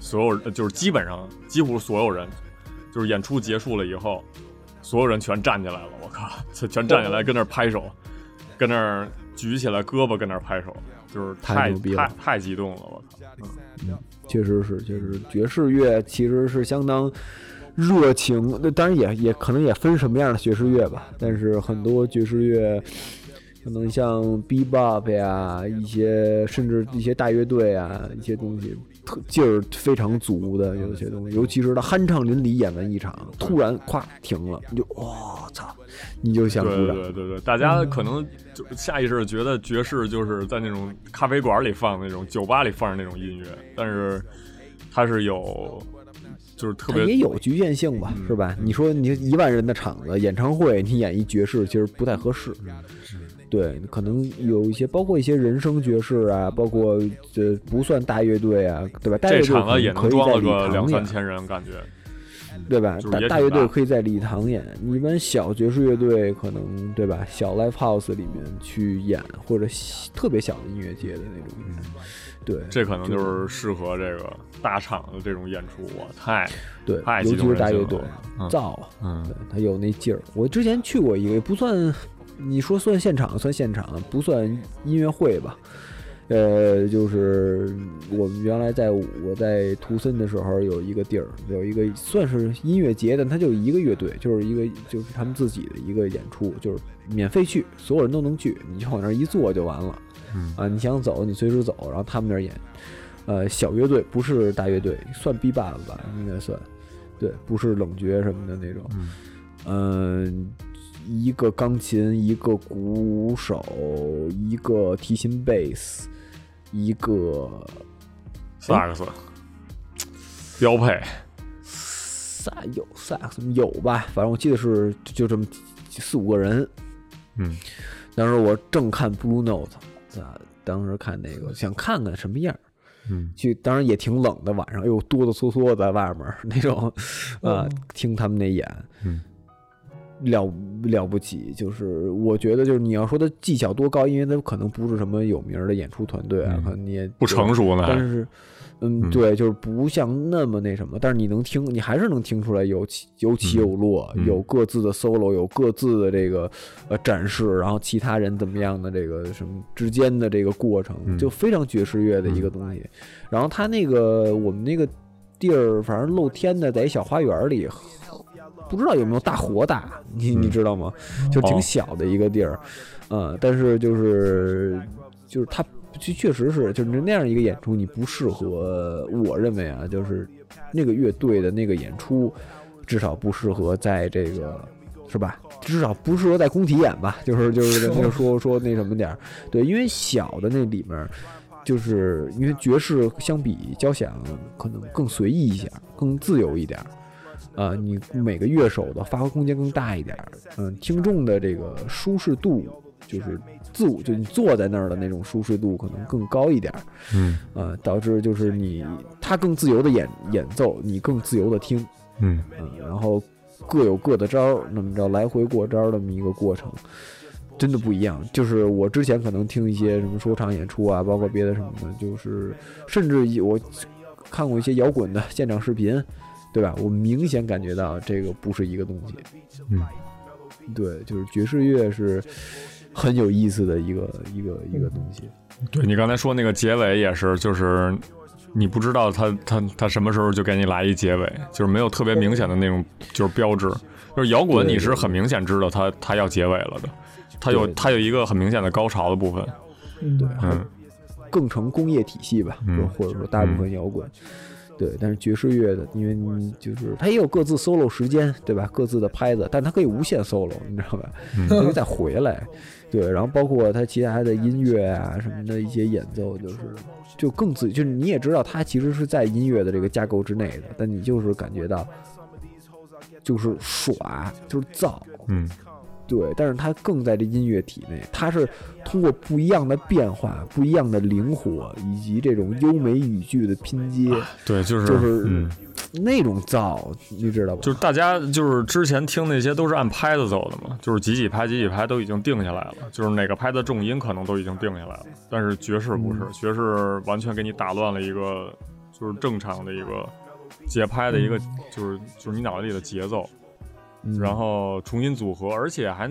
所有人就是基本上几乎所有人，就是演出结束了以后，所有人全站起来了，我靠，全全站哦起来跟那儿拍手，跟那儿举起来胳膊跟那儿拍手，就是太太牛逼了太太激动了，我靠。确实是，确实是爵士乐其实是相当热情，那当然也也可能也分什么样的爵士乐吧，但是很多爵士乐。可能像 bebop 呀，一些甚至一些大乐队啊，一些东西，特劲儿非常足的，有些东西，尤其是他酣畅淋漓演完一场，突然咵停了，你就哇操，你就想鼓对掌。对对对，大家可能就下意识地觉得爵士就是在那种咖啡馆里放的那种、酒吧里放的那种音乐，但是它是有，就是特它别也有局限性吧，嗯是吧？你说你一万人的场子，演唱会你演一爵士，其实不太合适。嗯对，可能有一些，包括一些人声爵士啊，包括这不算大乐队啊，对吧？大这乐队场可子也能可能以装在了礼个两堂三演，千人，感觉对吧就？是大也大挺乐队大可以在礼堂演，一般小爵士乐队可能对吧？小 live house 里面去演，或者小特别小的音乐节的那种，对，嗯这可能就是适合这个大场的这种演出。哇，太对，太激尤其动是人大乐心队了。嗯造，啊嗯对，他有那劲儿。我之前去过一个，也不算，你说算现场算现场，不算音乐会吧。呃，就是我们原来在我在图森的时候有一个地儿，有一个算是音乐节，但它就一个乐队，就是一个就是他们自己的一个演出，就是免费去，所有人都能去，你就往那儿一坐就完了。嗯啊，你想走你随时走，然后他们那儿演，呃，小乐队不是大乐队，算 B 吧吧，应该算，对，不是冷爵什么的那种，嗯、一个钢琴，一个鼓手，一个提琴贝斯，一个萨克斯标配，萨有萨克斯有吧，反正我记得是就就这么四五个人，嗯，当时我正看 Blue Note，啊，当时看那个想看看什么样儿。嗯，去，当然也挺冷的，晚上又哆哆嗦嗦在外面儿 那种，呃，听他们那演，哦嗯了了不起，就是我觉得就是你要说他技巧多高，因为他可能不是什么有名儿的演出团队啊，嗯可能你也不成熟呢但是，嗯，嗯对，就是不像那么那什么，但是你能听，你还是能听出来有起有起有落，嗯有各自的 solo，有各自的这个呃展示，然后其他人怎么样的这个什么之间的这个过程，嗯就非常爵士乐的一个东西。然后他那个我们那个地儿，反正露天的，在一小花园里。不知道有没有大火大，你你嗯知道吗？就哦挺小的一个地儿，嗯，但是就是就是他确确实是就是那样一个演出，你不适合，我认为啊，就是那个乐队的那个演出，至少不适合在这个是吧？至少不适合在工体演吧？就是就是咱就说说那什么点儿，对，因为小的那里面儿。就是因为爵士相比交响可能更随意一些，更自由一点儿，呃，你每个乐手的发挥空间更大一点儿，嗯，听众的这个舒适度就是自我，就你坐在那儿的那种舒适度可能更高一点儿，嗯呃，导致就是你他更自由的演演奏，你更自由的听，嗯嗯，然后各有各的招儿，那么着来回过招儿这么一个过程，真的不一样。就是我之前可能听一些什么说唱演出啊，包括别的什么的，就是甚至以我看过一些摇滚的现场视频，对吧？我明显感觉到这个不是一个东西。嗯，对，就是爵士乐是很有意思的一个一个一个东西。对你刚才说那个结尾也是，就是你不知道他他他什么时候就给你来一结尾，就是没有特别明显的那种就是标志。就是摇滚对你对是很明显知道他他要结尾了的，他对有对他有一个很明显的高潮的部分。嗯，对嗯更成工业体系吧，嗯就或者说大部分摇滚。对，但是爵士乐的，因为你就是它也有各自 solo 时间，对吧？各自的拍子，但它可以无限 solo，你知道吧？嗯它可以再回来。对，然后包括它其他的音乐啊什么的一些演奏，就是就更自，就是你也知道它其实是在音乐的这个架构之内的，但你就是感觉到就是耍，就是造，嗯对，但是它更在这音乐体内，它是通过不一样的变化、不一样的灵活，以及这种优美语句的拼接，对，就是就是嗯，那种造，你知道吧？就是大家就是之前听那些都是按拍子走的嘛，就是几几拍几几拍都已经定下来了，就是哪个拍的重音可能都已经定下来了。但是爵士不是，嗯爵士完全给你打乱了一个就是正常的一个节拍的一个、就是就是你脑袋里的节奏，嗯然后重新组合，而且还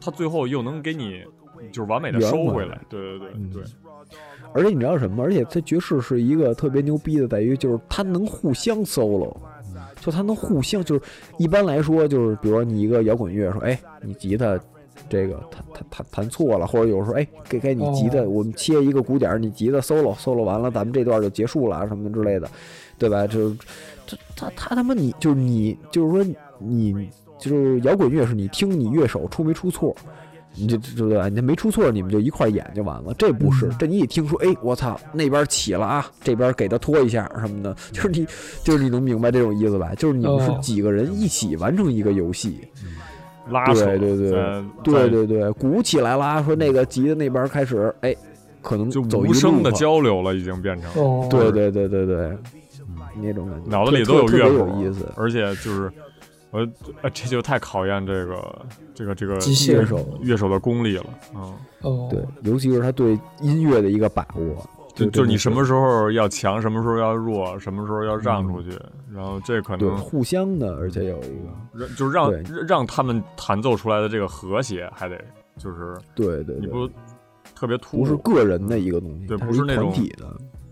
它最后又能给你就是完美的圆收回回来来。对对对嗯对，而且你知道什么？而且它爵士是一个特别牛逼的，在于就是它能互相 solo，就它能互相就是一般来说就是，比如说你一个摇滚乐说，哎，你吉他这个弹弹弹弹错了，或者有时候哎给给你吉他，哦我们切一个鼓点儿，你吉他 solo solo 完了，咱们这段就结束了啊什么之类的，对吧？就是这他他他妈你就是你就是说你就是摇滚乐是你听你乐手出没出错，你就对不对？你没出错，你们就一块儿演就完了。这不是嗯，这你一听说，哎，我操，那边起了啊，这边给他拖一下什么的， 就是你，就是你能明白这种意思吧？就是你们是哦几个人一起完成一个游戏，拉扯对对对在对在对对，鼓起来啦，说那个吉的那边开始，哎，可能就走无一个声的路口交流了，已经变成。哦，对对对对对，那种感觉，脑子里特都有特乐别谱，有意思。而且就是我呃，这就太考验这个这个这个极限乐手乐手的功力了，嗯，哦，对，尤其是他对音乐的一个把握，就真就是的你什么时候要强，什么时候要弱，什么时候要让出去，然后这可对能互相的，而且有一个让就是让对让让他们弹奏出来的这个和谐，还得就是对对你对，不特别突不是兀，个人的一个东西，对它不是一那团种嗯体的。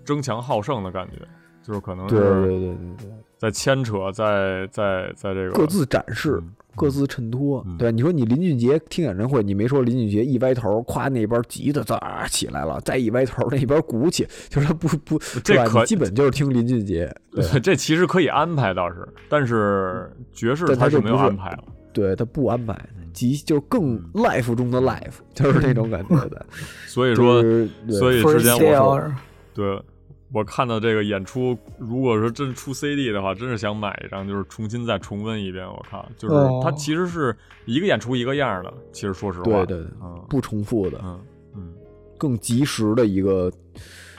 争强好胜的感觉，就是可能对对是对对对，在牵扯，在在在这个各自展示嗯，各自衬托嗯。对，你说你林俊杰听演唱会，你没说林俊杰一歪头，夸那边吉他咋起来了，再一歪头那边鼓起，就是他不不，这是吧可你基本就是听林俊杰。对 这其实可以安排倒是，但是爵士但他他是就没有不是安排了。对他不安排，嗯即就是更 life 中的 life，就是那种感觉的。所以就说，是对所以之 First 前我说，Scale，对我看到这个演出，如果说真出 CD 的话，真是想买一张，就是重新再重温一遍。我靠，就是哦它其实是一个演出一个样儿的，其实说实话，对对对，嗯不重复的，嗯嗯，更及时的一个。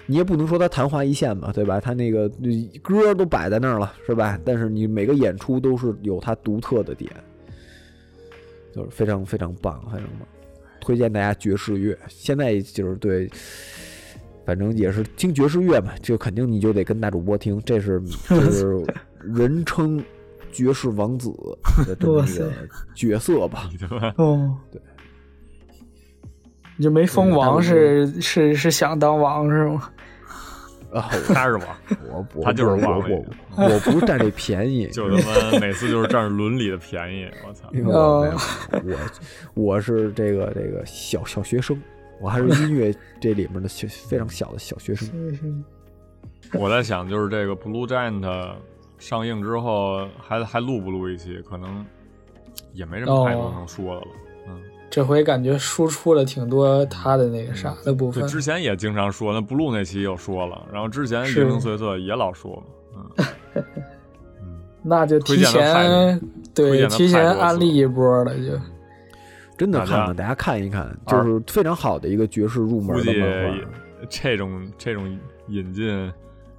你也不能说他昙花一现吧，对吧？他那个嗯歌都摆在那儿了，是吧？但是你每个演出都是有他独特的点，就是非常非常棒，非常棒。推荐大家爵士乐，现在就是对，反正也是听爵士乐嘛，就肯定你就得跟大主播听，这是这是人称爵士王子的这么一个哇塞角色吧。你他妈哦，对，你就没封王对是是是想当王是吗？啊， 他是 王，我我他就是我忘了我我我不是占这便宜， 就他妈每次就是占着伦理的便宜，我操！因为我没有我我是这个这个小小学生，我还是音乐这里面的学非常小的小学生。 我在想，就是这个 Blue Giant 上映之后，还还录不录一期？可能也没什么太多哦能说的了。嗯，这回感觉输出了挺多他的那个啥的哦部对，分，之前也经常说，那 blue 那期又说了，然后之前是零零碎碎也老说嘛，嗯，嗯那就提推荐的太前推对荐的提前太多次安利一波了就。真的大家啊看看，大家看一看，就是非常好的一个爵士入估门计的漫画。嗯这种这种引进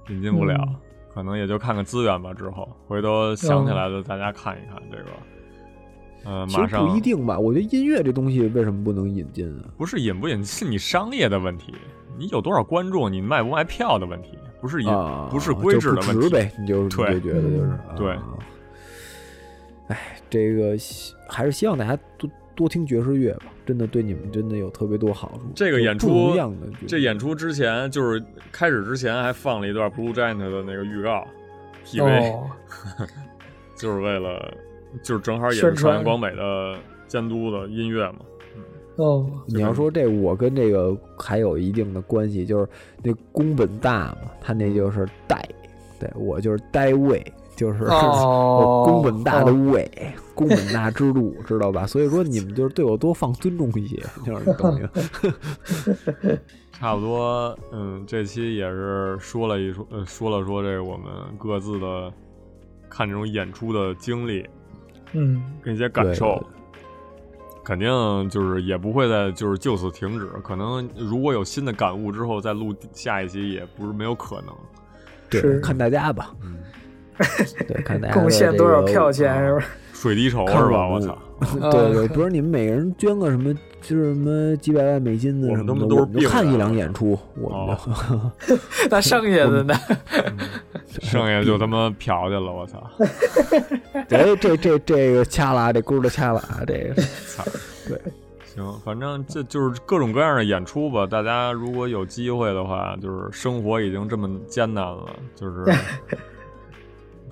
引进不了，可能也就看看资源吧。之后回头想起来的，大家看一看这个。呃，其马实上不一定吧，我觉得音乐这东西为什么不能引进啊？不是引不引，是你商业的问题，你有多少观众，你卖不卖票的问题，不是引、啊，不是规制的就问不值题。呗，你就是对你就觉得就是对。啊哎，这个希还是希望大家多多听爵士乐吧，真的对你们真的有特别多好处。这个有演不一出样的觉得这演出之前就是开始之前还放了一段 Blue Giant 的那个预告 PV，、哦，就是为了就是正好也是宣传朝阳光美的监督的音乐嘛。哦，你要说这，我跟这个还有一定的关系，就是那宫本大嘛，他那就是代，对我就是代位，就是、哦我宫本大的位，宫本大之路，知道吧？所以说你们就是对我多放尊重一些，就是你 懂吗？差不多，嗯，这期也是说了一说，呃，说了说这个我们各自的看这种演出的经历嗯，跟一些感对受。肯定就是也不会再就是就此停止，可能如果有新的感悟之后再录下一期也不是没有可能。对，是嗯看大家吧，对，看大家的 贡献多少这个票钱啊是吧？ 嗯水滴筹看是吧？我我们操， 对对，不是你们每个人捐个什么，就是什么几百万美金的我什们么他妈的，都是我们就看病一人啊哦两演出，我们就、那剩下的呢？剩下就他妈嫖去了，我操！哎， 这这这个掐拉，这勾的掐拉，这个操，对，行，反正这就是各种各样的演出吧。大家如果有机会的话，就是生活已经这么艰难了，就是，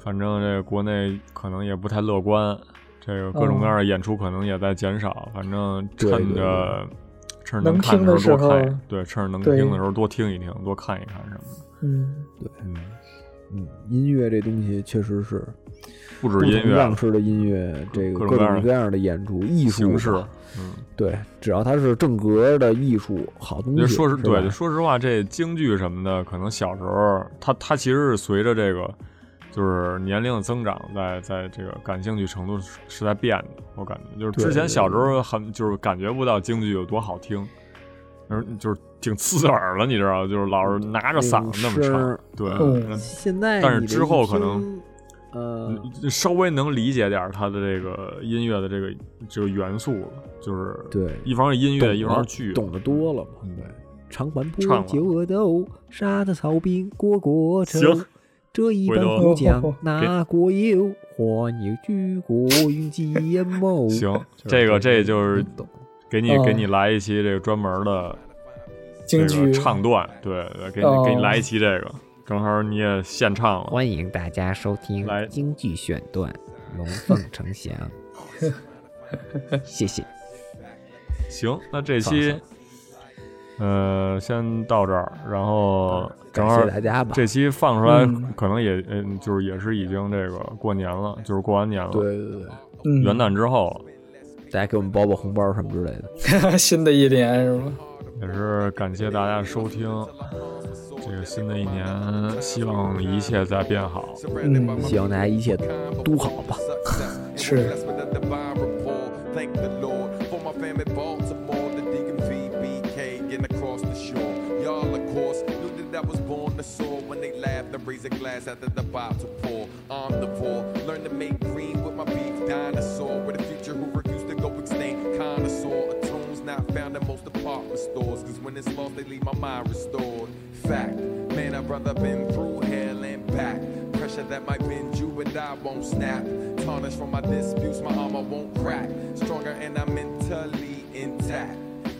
反正这个国内可能也不太乐观，这个各种各样的演出可能也在减少。反正对趁对着趁着能看听的时候多时候看一，对，趁着能对听的时候多听一听，多看一看什么的。嗯，嗯，嗯，音乐这东西确实是不不止音同样乐，啊式的音乐，这个各各种各样的种各样的演出艺术形吧式，嗯。对，只要它是正格的艺术，好东西。就说是实对，吧就说实话，这京剧什么的，可能小时候他他其实是随着这个就是年龄的增长在，在这个感兴趣程度是是在变的。我感觉就是之对前小时候很就是感觉不到京剧有多好听，而就是挺刺耳了，你知道，就是老是拿着嗓子那么那个声唱儿，对。嗯嗯现在但是你这之一后可听能，嗯呃，稍微能理解点儿他的这个音乐的这个这个元素了，就是对一方是音懂乐，一方了是剧，懂得多了嘛。嗯对，长坂坡唱了九恶斗，杀得曹兵郭国成。行这一回班头虎将别哪国有？欢迎举国云集眼眸。行，就是这个这个就是懂给你给嗯你来一期这个专门的京这个剧唱段，对，对给你哦给你来一期这个，正好你也现唱了。欢迎大家收听来京剧选段《龙凤呈 祥》，谢谢。行，那这期呃先到这儿，然后正好啊感谢大家吧这期放出来嗯可能也嗯就是也是已经这个过年了，就是过完年了，对对对，嗯，元旦之后大家给我们包包红包什么之类的。 新的一年是吗？也是感谢大家收听。这个新的一年，希望一切在变好。嗯，希望大家一切都好吧。是。 Thank the Lord for my family, Baltimore, the DMV, BK, and across the shore. Y'all, of course, knew that I was born to soar when they laughed and raised a glass after the bottle pour. Omnivore, learn to make green with my beef dinosaur, with a future who refused to go extinct. Connoisseur, a tune's not found in most department stores, cause when it's lost, they leave my mind restored. Fact, man, I've rather been through hell and back. Pressure that might bend you, but I won't snap. Tarnished from my disputes, my armor won't crack. Stronger and I'm mentally intact.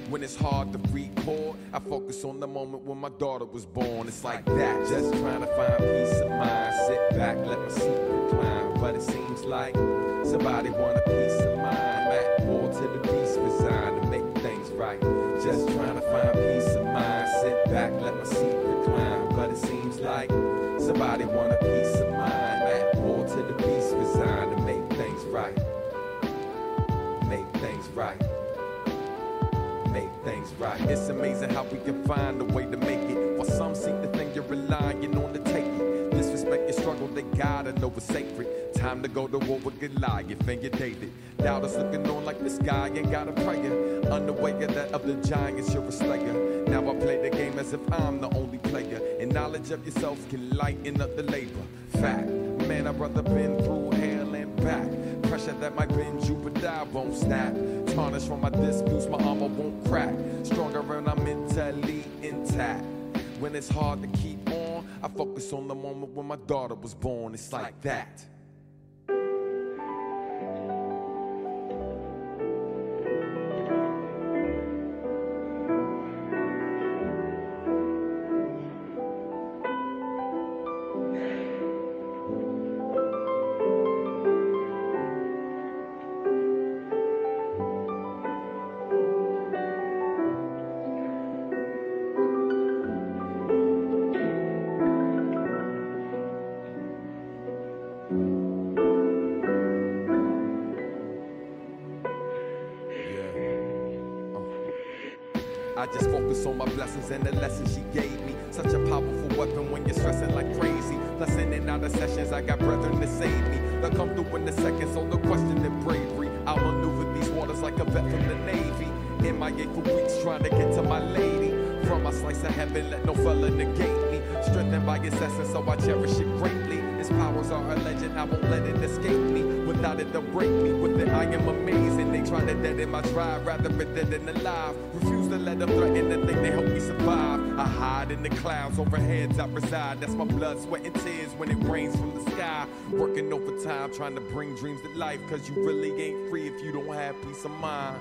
When it's hard to recall, I focus on the moment when my daughter was born. It's like that, just trying to find peace of mind. Sit back, let my seat recline. But it seems like somebody want a peace of mind. I'm at war to the beast designed to make things right. Just trying to find peace of mind. Sit back, let my seat recline. But it seems like somebody want a peace of mind. At war to the beast designed to make things right. Make things right make things right. It's amazing how we can find a way to make it. While some seek the thing you're relying on to take it. Disrespect your struggle, they gotta know it's sacred. Time to go to war with Goliath and your David. Doubters looking on like this guy ain't got a prayer. Unaware that of the giants, you're a slayer. Now I play the game as if I'm the only player. And knowledge of yourself can lighten up the labor. Fact, man, I've rather been through hell and back. Pressure that might bend you, but I won't snap. Tarnish from my disputes, my armor won't crack. Stronger when I'm mentally intact. When it's hard to keep on, I focus on the moment when my daughter was born. It's like that. I just focus on my blessings and the lessons she gave me. Such a powerful weapon when you're stressing like crazy. Plus, in and out of sessions, I got brethren to save me. They'll come through in a second, so no question in bravery. I maneuver these waters like a vet from the Navy. In my eight for weeks, trying to get to my lady. From my slice of heaven, let no fella negate me. Strengthened by its essence, so I cherish it greatly. Its powers are a legend, I won't let it escape me. Without it, they'll break me. With it, I am amazing. They try to deaden my drive, rather it dead than alive. Refuse to let them threaten the thing that helped me survive. I hide in the clouds, overheads I reside. That's my blood, sweat, and tears when it rains from the sky. Working overtime, trying to bring dreams to life. Cause you really ain't free if you don't have peace of mind.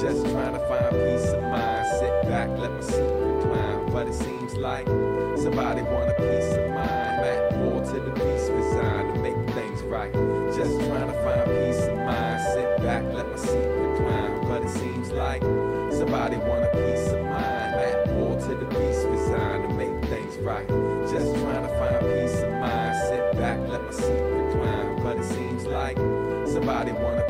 Just trying to find peace of mind. Sit back, let my secret climb. But it seems like somebody want a peace of mind. Back more to the peace resigned to make things right. Just trying to find peace of mind. Sit back, let my secret climb. But it seems like somebody want a peace of mind. Back more to the peace resigned to make things right. Just trying to find peace of mind. Sit back, let my secret climb. But it seems like somebody want a